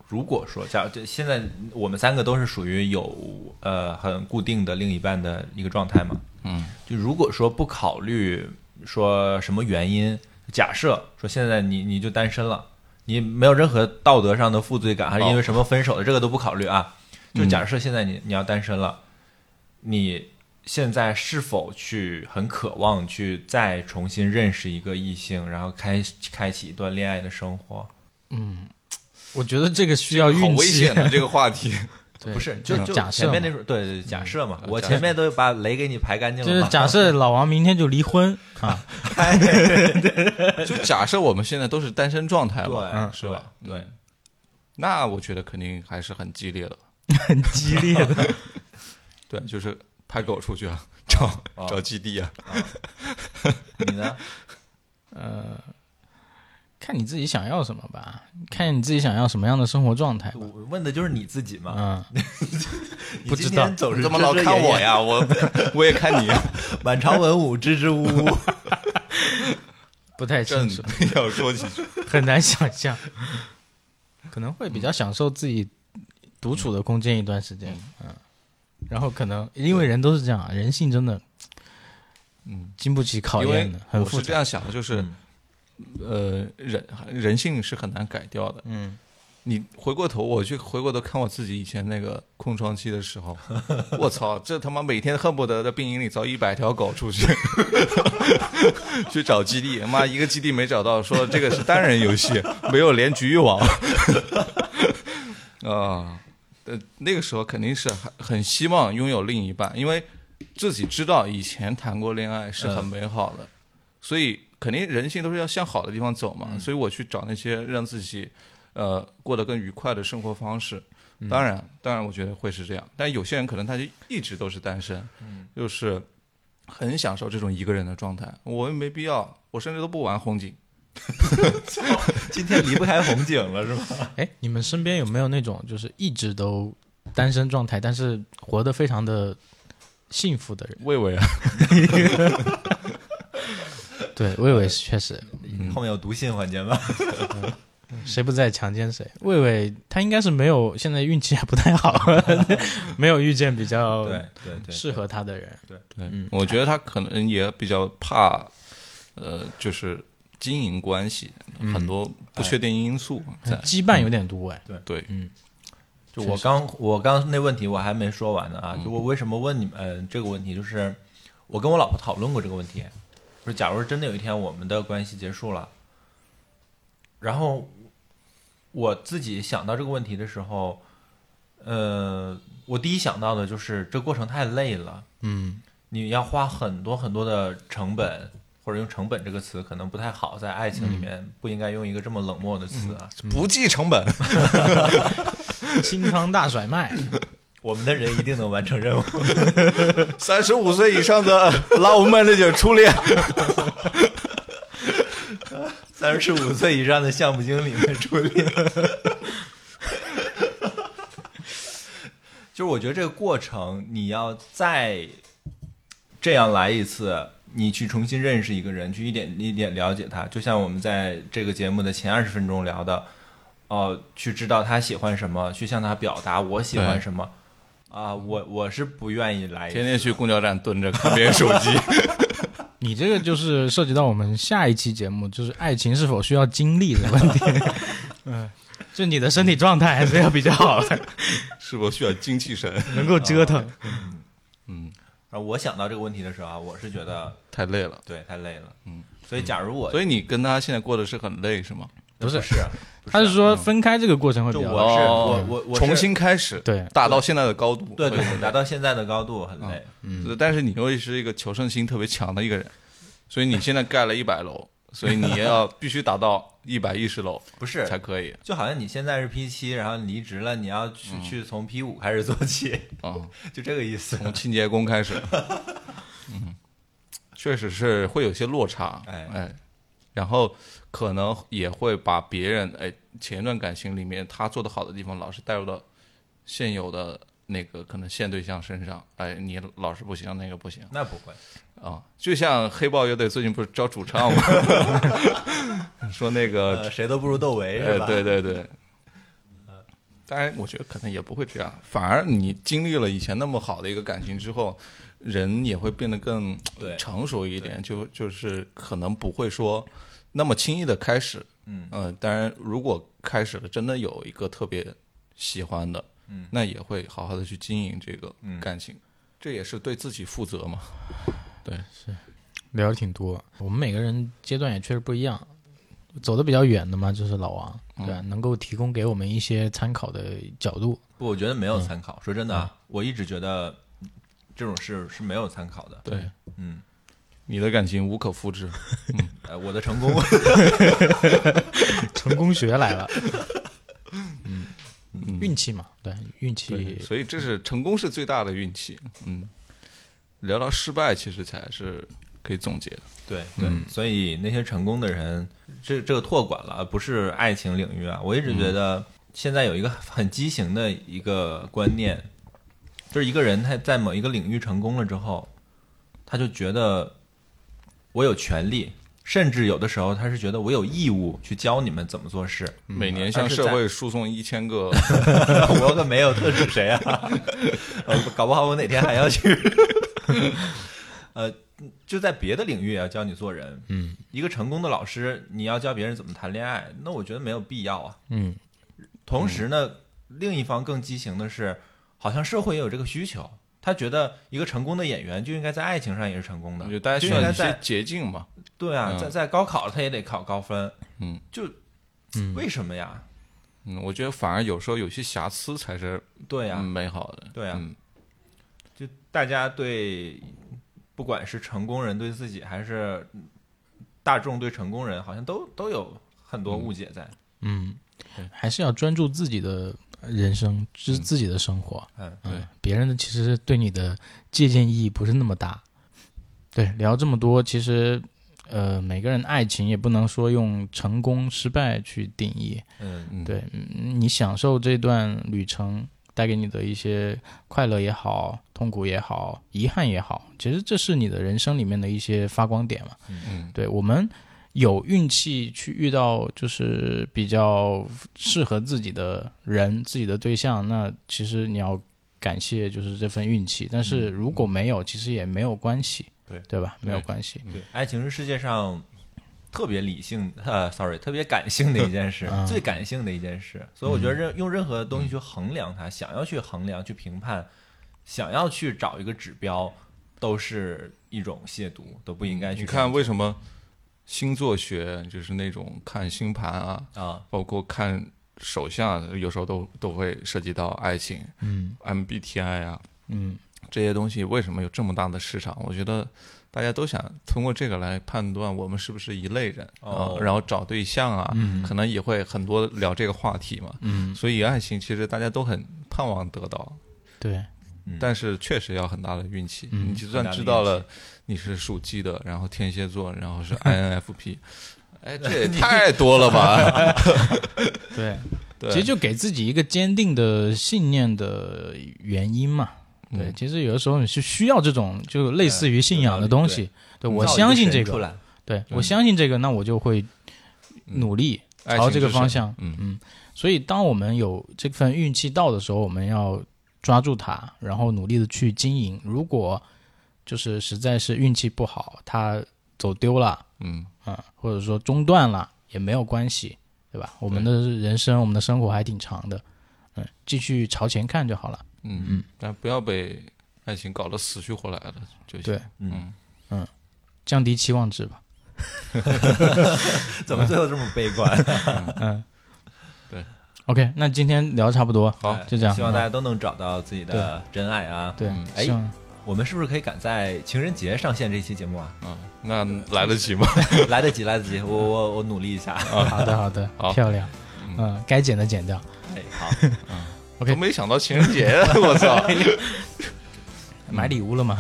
Speaker 2: 如果说假如这现在我们三个都是属于有呃很固定的另一半的一个状态嘛，
Speaker 3: 嗯
Speaker 2: 就如果说不考虑说什么原因，假设说现在你你就单身了，你没有任何道德上的负罪感，还是因为什么分手的，这个都不考虑啊。就假设现在你你要单身了，你现在是否去很渴望去再重新认识一个异性，然后开开启一段恋爱的生活？
Speaker 1: 我觉得这个需要
Speaker 3: 好
Speaker 1: 运
Speaker 3: 危
Speaker 1: 气
Speaker 3: 险，的啊这个话题。
Speaker 1: 对嗯
Speaker 2: 不是，就就
Speaker 1: 假设
Speaker 2: 前面
Speaker 1: 嘛
Speaker 2: 那种对对对假设嘛，
Speaker 3: 嗯
Speaker 2: 我
Speaker 3: 假
Speaker 2: 前
Speaker 3: 设
Speaker 2: 面都把雷给你排干净
Speaker 1: 就
Speaker 2: 了嘛。
Speaker 1: 是假设老王明天就离婚啊，
Speaker 3: 就假设我们现在都是单身状态吧，
Speaker 2: 对，
Speaker 3: 是吧？
Speaker 2: 对
Speaker 3: 嗯，那我觉得肯定还是很激烈的。
Speaker 1: 很激烈的。
Speaker 3: 对，就是拍狗出去 啊，找
Speaker 2: 哦
Speaker 3: 找基地啊。
Speaker 2: 对，你呢？
Speaker 1: 呃，看你自己想要什么吧，看你自己想要什么样的生活状态吧。
Speaker 2: 我问的就是你自己嘛。
Speaker 1: 嗯，
Speaker 2: 你
Speaker 1: 不
Speaker 2: 今
Speaker 1: 知道
Speaker 2: 天总是
Speaker 3: 你怎么老看我？呀？我 我也看你，啊
Speaker 2: 满朝文武，支支吾 吾。
Speaker 1: 不太
Speaker 3: 朕
Speaker 1: 清 楚，
Speaker 3: 要说几句。
Speaker 1: 很难想象，可能会比较享受自己独处的空间一段时间。嗯，然后可能因为人都是这样啊，人性真的，
Speaker 3: 嗯，
Speaker 1: 经不起考
Speaker 3: 因为
Speaker 1: 验的，很
Speaker 3: 我
Speaker 1: 复
Speaker 3: 是这
Speaker 1: 杂。嗯
Speaker 3: 样想的，就是呃，人人性是很难改掉的。
Speaker 1: 嗯，
Speaker 3: 你回过头，我去回过头看我自己以前那个空窗期的时 候，我操，这他妈每天恨不得在兵营里造一百条狗出去， 去找基地，妈一个基地没找到，说这个是单人游戏，没有连局域网， 啊，呃，那个时候肯定是很很希望拥有另一半，因为自己知道以前谈过恋爱是很美好的，所以肯定人性都是要向好的地方走嘛，所以我去找那些让自己呃过得更愉快的生活方式。当然，当然，我觉得会是这样。但有些人可能他就一直都是单身，就是很享受这种一个人的状态。我也没必要，我甚至都不玩红警。
Speaker 2: 今天离不开红警了是吗？
Speaker 1: 哎，你们身边有没有那种就是一直都单身状态，但是活得非常的幸福的人？
Speaker 3: 魏魏啊，
Speaker 1: 对，我以为是确实，
Speaker 2: 后面有读信环节吗？
Speaker 1: 谁不在强奸谁？魏魏他应该是没有，现在运气还不太 好， 没有遇见比较
Speaker 2: 对对对，
Speaker 1: 适合他的人。
Speaker 3: 对，我觉得他可能也比较怕，呃，就是经营关系，很多不确定因素在。
Speaker 1: 羁绊有点多哎，
Speaker 3: 对，
Speaker 2: 就我刚我刚那问题我还没说完呢啊！就我为什么问你们、呃、这个问题，就是我跟我老婆讨论过这个问题，说假如真的有一天我们的关系结束了，然后我自己想到这个问题的时候，呃，我第一想到的就是这过程太累了，
Speaker 1: 嗯，
Speaker 2: 你要花很多很多的成本，或者用成本这个词可能不太好，在爱情里面不应该用一个这么冷漠的词啊。
Speaker 3: 不计成本。
Speaker 2: 嗯
Speaker 1: 清仓大甩 卖，
Speaker 2: 我们的人一定能完成任务。
Speaker 3: 三十五岁以上的 love manager 初恋，
Speaker 2: 三十五岁以上的项目经理们出 列。就是我觉得这个过程，你要再这样来一次，你去重新认识一个人，去一点一点了解他。就像我们在这个节目的前二十分钟聊的，呃，去知道他喜欢什么，去向他表达我喜欢
Speaker 3: 对
Speaker 2: 什么。啊、我我是不愿意来一次
Speaker 3: 天天去公交站蹲着看别人手机。
Speaker 1: 你这个就是涉及到我们下一期节目，就是爱情是否需要经历的问 题。嗯，就你的身体状态还是要比较好 的，
Speaker 3: 是否需要精气神？
Speaker 1: 能够折腾。
Speaker 2: 哦
Speaker 3: 嗯，
Speaker 2: 啊，我想到这个问题的时候啊，我是觉得
Speaker 3: 太累了。
Speaker 2: 对太累了，
Speaker 3: 嗯，
Speaker 2: 所以假如我
Speaker 3: 所以你跟他现在过的是很累是吗？
Speaker 1: 不是
Speaker 2: 是啊不
Speaker 1: 他是说分开这个过程会比
Speaker 2: 就
Speaker 1: 较
Speaker 2: 我
Speaker 1: 好
Speaker 2: 是我
Speaker 3: 哦
Speaker 2: 我我是
Speaker 3: 重新开始，
Speaker 1: 对
Speaker 3: 达到现在的嗯高度。
Speaker 2: 对对
Speaker 3: 会
Speaker 2: 对，达到现在的高度很累，
Speaker 3: 嗯，但是你又是一个求胜心特别强的一个人，所以你现在盖了一百楼，所以你要必须达到一百一十 楼
Speaker 2: 不是
Speaker 3: 才可以
Speaker 2: 就好像你现在是 P 七，然后你离职了，你要
Speaker 3: 嗯
Speaker 2: 去、去从 P 五开始做起，
Speaker 3: 啊、
Speaker 2: 就这个意思。
Speaker 3: 从清洁工开始，嗯，确实是会有些落差，
Speaker 2: 哎
Speaker 3: 哎，然后可能也会把别人哎前一段感情里面他做的好的地方，老是带入到现有的那个可能现对象身上，哎，你老是不行，那个不行
Speaker 2: 那不会，
Speaker 3: 啊，就像黑豹乐队最近不是招主 唱吗？ 说那个
Speaker 2: 呃，谁都不如窦唯是吧？
Speaker 3: 哎，对对对。呃当然，我觉得可能也不会这样，反而你经历了以前那么好的一个感情之后，人也会变得更
Speaker 2: 对
Speaker 3: 成熟一点，就就是可能不会说那么轻易的开始。
Speaker 2: 嗯
Speaker 3: 呃，当然，如果开始了，真的有一个特别喜欢的，
Speaker 2: 嗯
Speaker 3: 那也会好好的去经营这个
Speaker 2: 嗯
Speaker 3: 感情，这也是对自己负责嘛。
Speaker 1: 聊的挺多。我们每个人阶段也确实不一样，走的比较远的嘛，就是老王，对吧，能够提供给我们一些参考的角度。
Speaker 2: 不，我觉得没
Speaker 3: 嗯
Speaker 2: 有参考。说真的啊，我一直觉得这种事是没有参考的。
Speaker 3: 对，
Speaker 2: 嗯，
Speaker 3: 你的感情无可复制。
Speaker 2: 呃，我的成功，
Speaker 1: 成功学来了，嗯，运气嘛，对，运
Speaker 3: 对，
Speaker 1: 气
Speaker 3: 所以这是成功是最大的运气。嗯，聊聊失败，其实才是可以总结的。
Speaker 2: 对对，所以那些成功的人，这这个托管了，不是爱情领域啊。我一直觉得现在有一个很畸形的一个观念，就是一个人他在某一个领域成功了之后，他就觉得我有权利，甚至有的时候他是觉得我有义务去教你们怎么做事。
Speaker 3: 每年向社会输送一千 个，
Speaker 2: 我可没有特指谁啊，呃搞不好我哪天还 要去。呃，就在别的领域也要教你做人。
Speaker 1: 嗯，
Speaker 2: 一个成功的老师，你要教别人怎么谈恋爱，那我觉得没有必要啊。
Speaker 1: 嗯，
Speaker 2: 同时呢，
Speaker 3: 嗯
Speaker 2: 另一方更畸形的是，好像社会也有这个需求，他觉得一个成功的演员就应该在爱情上也是成功的
Speaker 3: 我觉得，大家
Speaker 2: 就
Speaker 3: 需要
Speaker 2: 应该
Speaker 3: 一些
Speaker 2: 在
Speaker 3: 捷径嘛。
Speaker 2: 对啊，
Speaker 3: 嗯
Speaker 2: 在在高考他也得考高分，
Speaker 3: 嗯，
Speaker 2: 就为什么呀？
Speaker 3: 嗯，我觉得反而有时候有些瑕疵才是
Speaker 2: 对呀、
Speaker 3: 嗯美好的。
Speaker 2: 对啊
Speaker 3: 嗯
Speaker 2: 就大家对，不管是成功人对自己，还是大众对成功人，好像都都有很多误解在。
Speaker 1: 嗯，还是要专注自己的人生，就是自己的生活。
Speaker 2: 嗯，
Speaker 1: 嗯，别人的其实对你的借鉴意义不是那么大。对，聊这么多，其实呃，每个人爱情也不能说用成功、失败去定义。
Speaker 2: 嗯
Speaker 3: 嗯，
Speaker 1: 对，嗯你享受这段旅程带给你的一些快乐也好，痛苦也好，遗憾也好，其实这是你的人生里面的一些发光点嘛。
Speaker 3: 嗯，
Speaker 1: 对我们有运气去遇到就是比较适合自己的人、自己的对象，那其实你要感谢就是这份运气。但是如果没有，其实也没有关系，
Speaker 2: 对
Speaker 1: 对吧？没有
Speaker 3: 对
Speaker 1: 关系。
Speaker 2: 对，爱情是世界上特别理性，呃，sorry，特别感性的一件 事，
Speaker 1: 嗯
Speaker 2: 最感性的一件事。所以我觉得任用任何东西去衡量它，想要去衡量、去评判，想要去找一个指标，都是一种亵渎，都
Speaker 1: 嗯
Speaker 2: 不应该去。
Speaker 3: 你看为什么星座学就是那种看星盘啊，
Speaker 2: 啊，
Speaker 3: 包括看手相，有时候都都会涉及到爱情
Speaker 1: 嗯
Speaker 3: ，MBTI 啊，
Speaker 1: 嗯
Speaker 3: 这些东西为什么有这么大的市场？我觉得大家都想通过这个来判断我们是不是一类人啊
Speaker 2: 哦，
Speaker 3: 然后找对象啊，
Speaker 1: 嗯
Speaker 3: 可能也会很多聊这个话题嘛。
Speaker 1: 嗯，
Speaker 3: 所以爱情其实大家都很盼望得到，
Speaker 1: 对，
Speaker 2: 嗯
Speaker 3: 但是确实要很大的运气。
Speaker 1: 嗯
Speaker 3: 你就算知道了你是属鸡的，然后天蝎座，然后是 INFP，哎，这也太多了吧？
Speaker 1: 对，
Speaker 3: 对
Speaker 1: 其实就给自己一个坚定的信念的原因嘛。对，
Speaker 3: 嗯
Speaker 1: 其实有的时候你是需要这种，就类似于信仰的东西。对我
Speaker 2: 造一
Speaker 1: 相信
Speaker 2: 神
Speaker 1: 这
Speaker 2: 出
Speaker 1: 个，
Speaker 2: 来
Speaker 1: 对我相信这个，那我就会努力
Speaker 3: 爱
Speaker 1: 朝
Speaker 3: 情
Speaker 1: 这个
Speaker 3: 之
Speaker 1: 方
Speaker 3: 神
Speaker 1: 向。
Speaker 3: 嗯
Speaker 1: 嗯，所以当我们有这份运气到的时候，我们要抓住它，然后努力的去经营。如果就是实在是运气不好，它走丢了，
Speaker 3: 嗯，
Speaker 1: 啊、或者说中断了也没有关系，对吧？我们的人生，我们的生活还挺长的，嗯，继续朝前看就好了。
Speaker 3: 嗯，但不要被爱情搞得死去活来的就行。
Speaker 1: 对，
Speaker 2: 嗯，
Speaker 1: 降低期望值吧。
Speaker 2: 怎么最后这么悲观？
Speaker 1: OK，那今天聊得差不多，
Speaker 2: 哎
Speaker 3: 好
Speaker 1: 就这样。
Speaker 2: 希望大家都能找到自己的真爱啊！
Speaker 1: 对，
Speaker 2: 哎
Speaker 1: 希望
Speaker 2: 我们是不是可以赶在情人节上线这期节目 啊？
Speaker 3: 啊，那来得及吗？
Speaker 2: 来得及，来得及，我我我努力一下。
Speaker 1: 好的，好的，
Speaker 3: 好
Speaker 1: 漂亮。嗯，该剪的剪掉。
Speaker 2: 哎，好，
Speaker 1: OK
Speaker 3: 都没想到情人节，我操！
Speaker 1: 买礼物了吗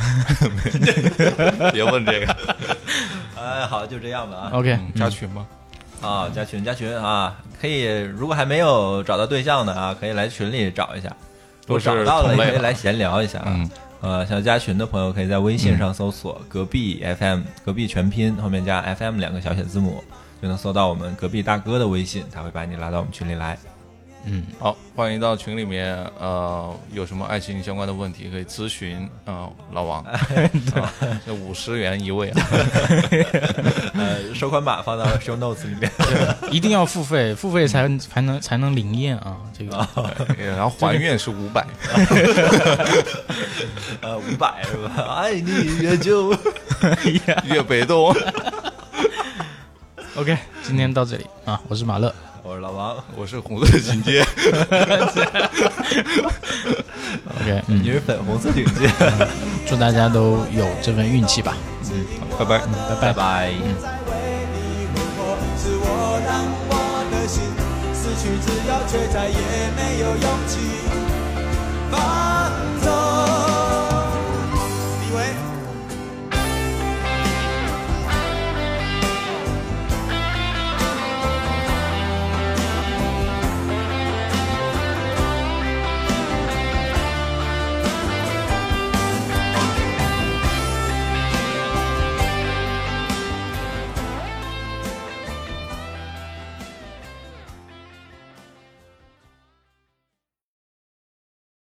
Speaker 3: 别问这个。
Speaker 2: 哎，好，就这样吧啊。
Speaker 1: ？OK，
Speaker 3: 嗯加群吗？
Speaker 2: 啊，加群，加群啊，可以，如果还没有找到对象的啊，可以来群里找一下。
Speaker 3: 都是
Speaker 2: 找到了，
Speaker 3: 同
Speaker 2: 也
Speaker 3: 类
Speaker 2: 可以
Speaker 3: 的
Speaker 2: 来闲聊一下啊。
Speaker 3: 嗯
Speaker 2: 呃，想加群的朋友可以在微信上
Speaker 1: 嗯
Speaker 2: 搜索“隔壁 FM”，、隔壁全拼后面加 FM 两个小写字母，就能搜到我们隔壁大哥的微信，他会把你拉到我们群里来。
Speaker 1: 嗯，
Speaker 3: 好，欢迎到群里面，呃，有什么爱情相关的问题可以咨询，呃，老王，啊这五十元一位啊，
Speaker 2: 呃，收款码放到 show notes 里面。
Speaker 1: 一定要付费，付费才才能才能灵验啊！这个
Speaker 3: 对然后还愿是五百，
Speaker 2: 呃，五百是吧？爱你也就
Speaker 3: 越北东，
Speaker 1: OK，今天到这里啊，我是马乐，
Speaker 2: 我是老王，
Speaker 3: 我是红色情街，
Speaker 1: OK，嗯
Speaker 2: 你，是粉红色警戒，
Speaker 1: 祝大家都有这份运气吧，
Speaker 3: 拜拜。
Speaker 1: 拜 拜。
Speaker 2: 拜拜。
Speaker 4: 在为你挥霍，是我让我的心失去自由，却再也没有勇气放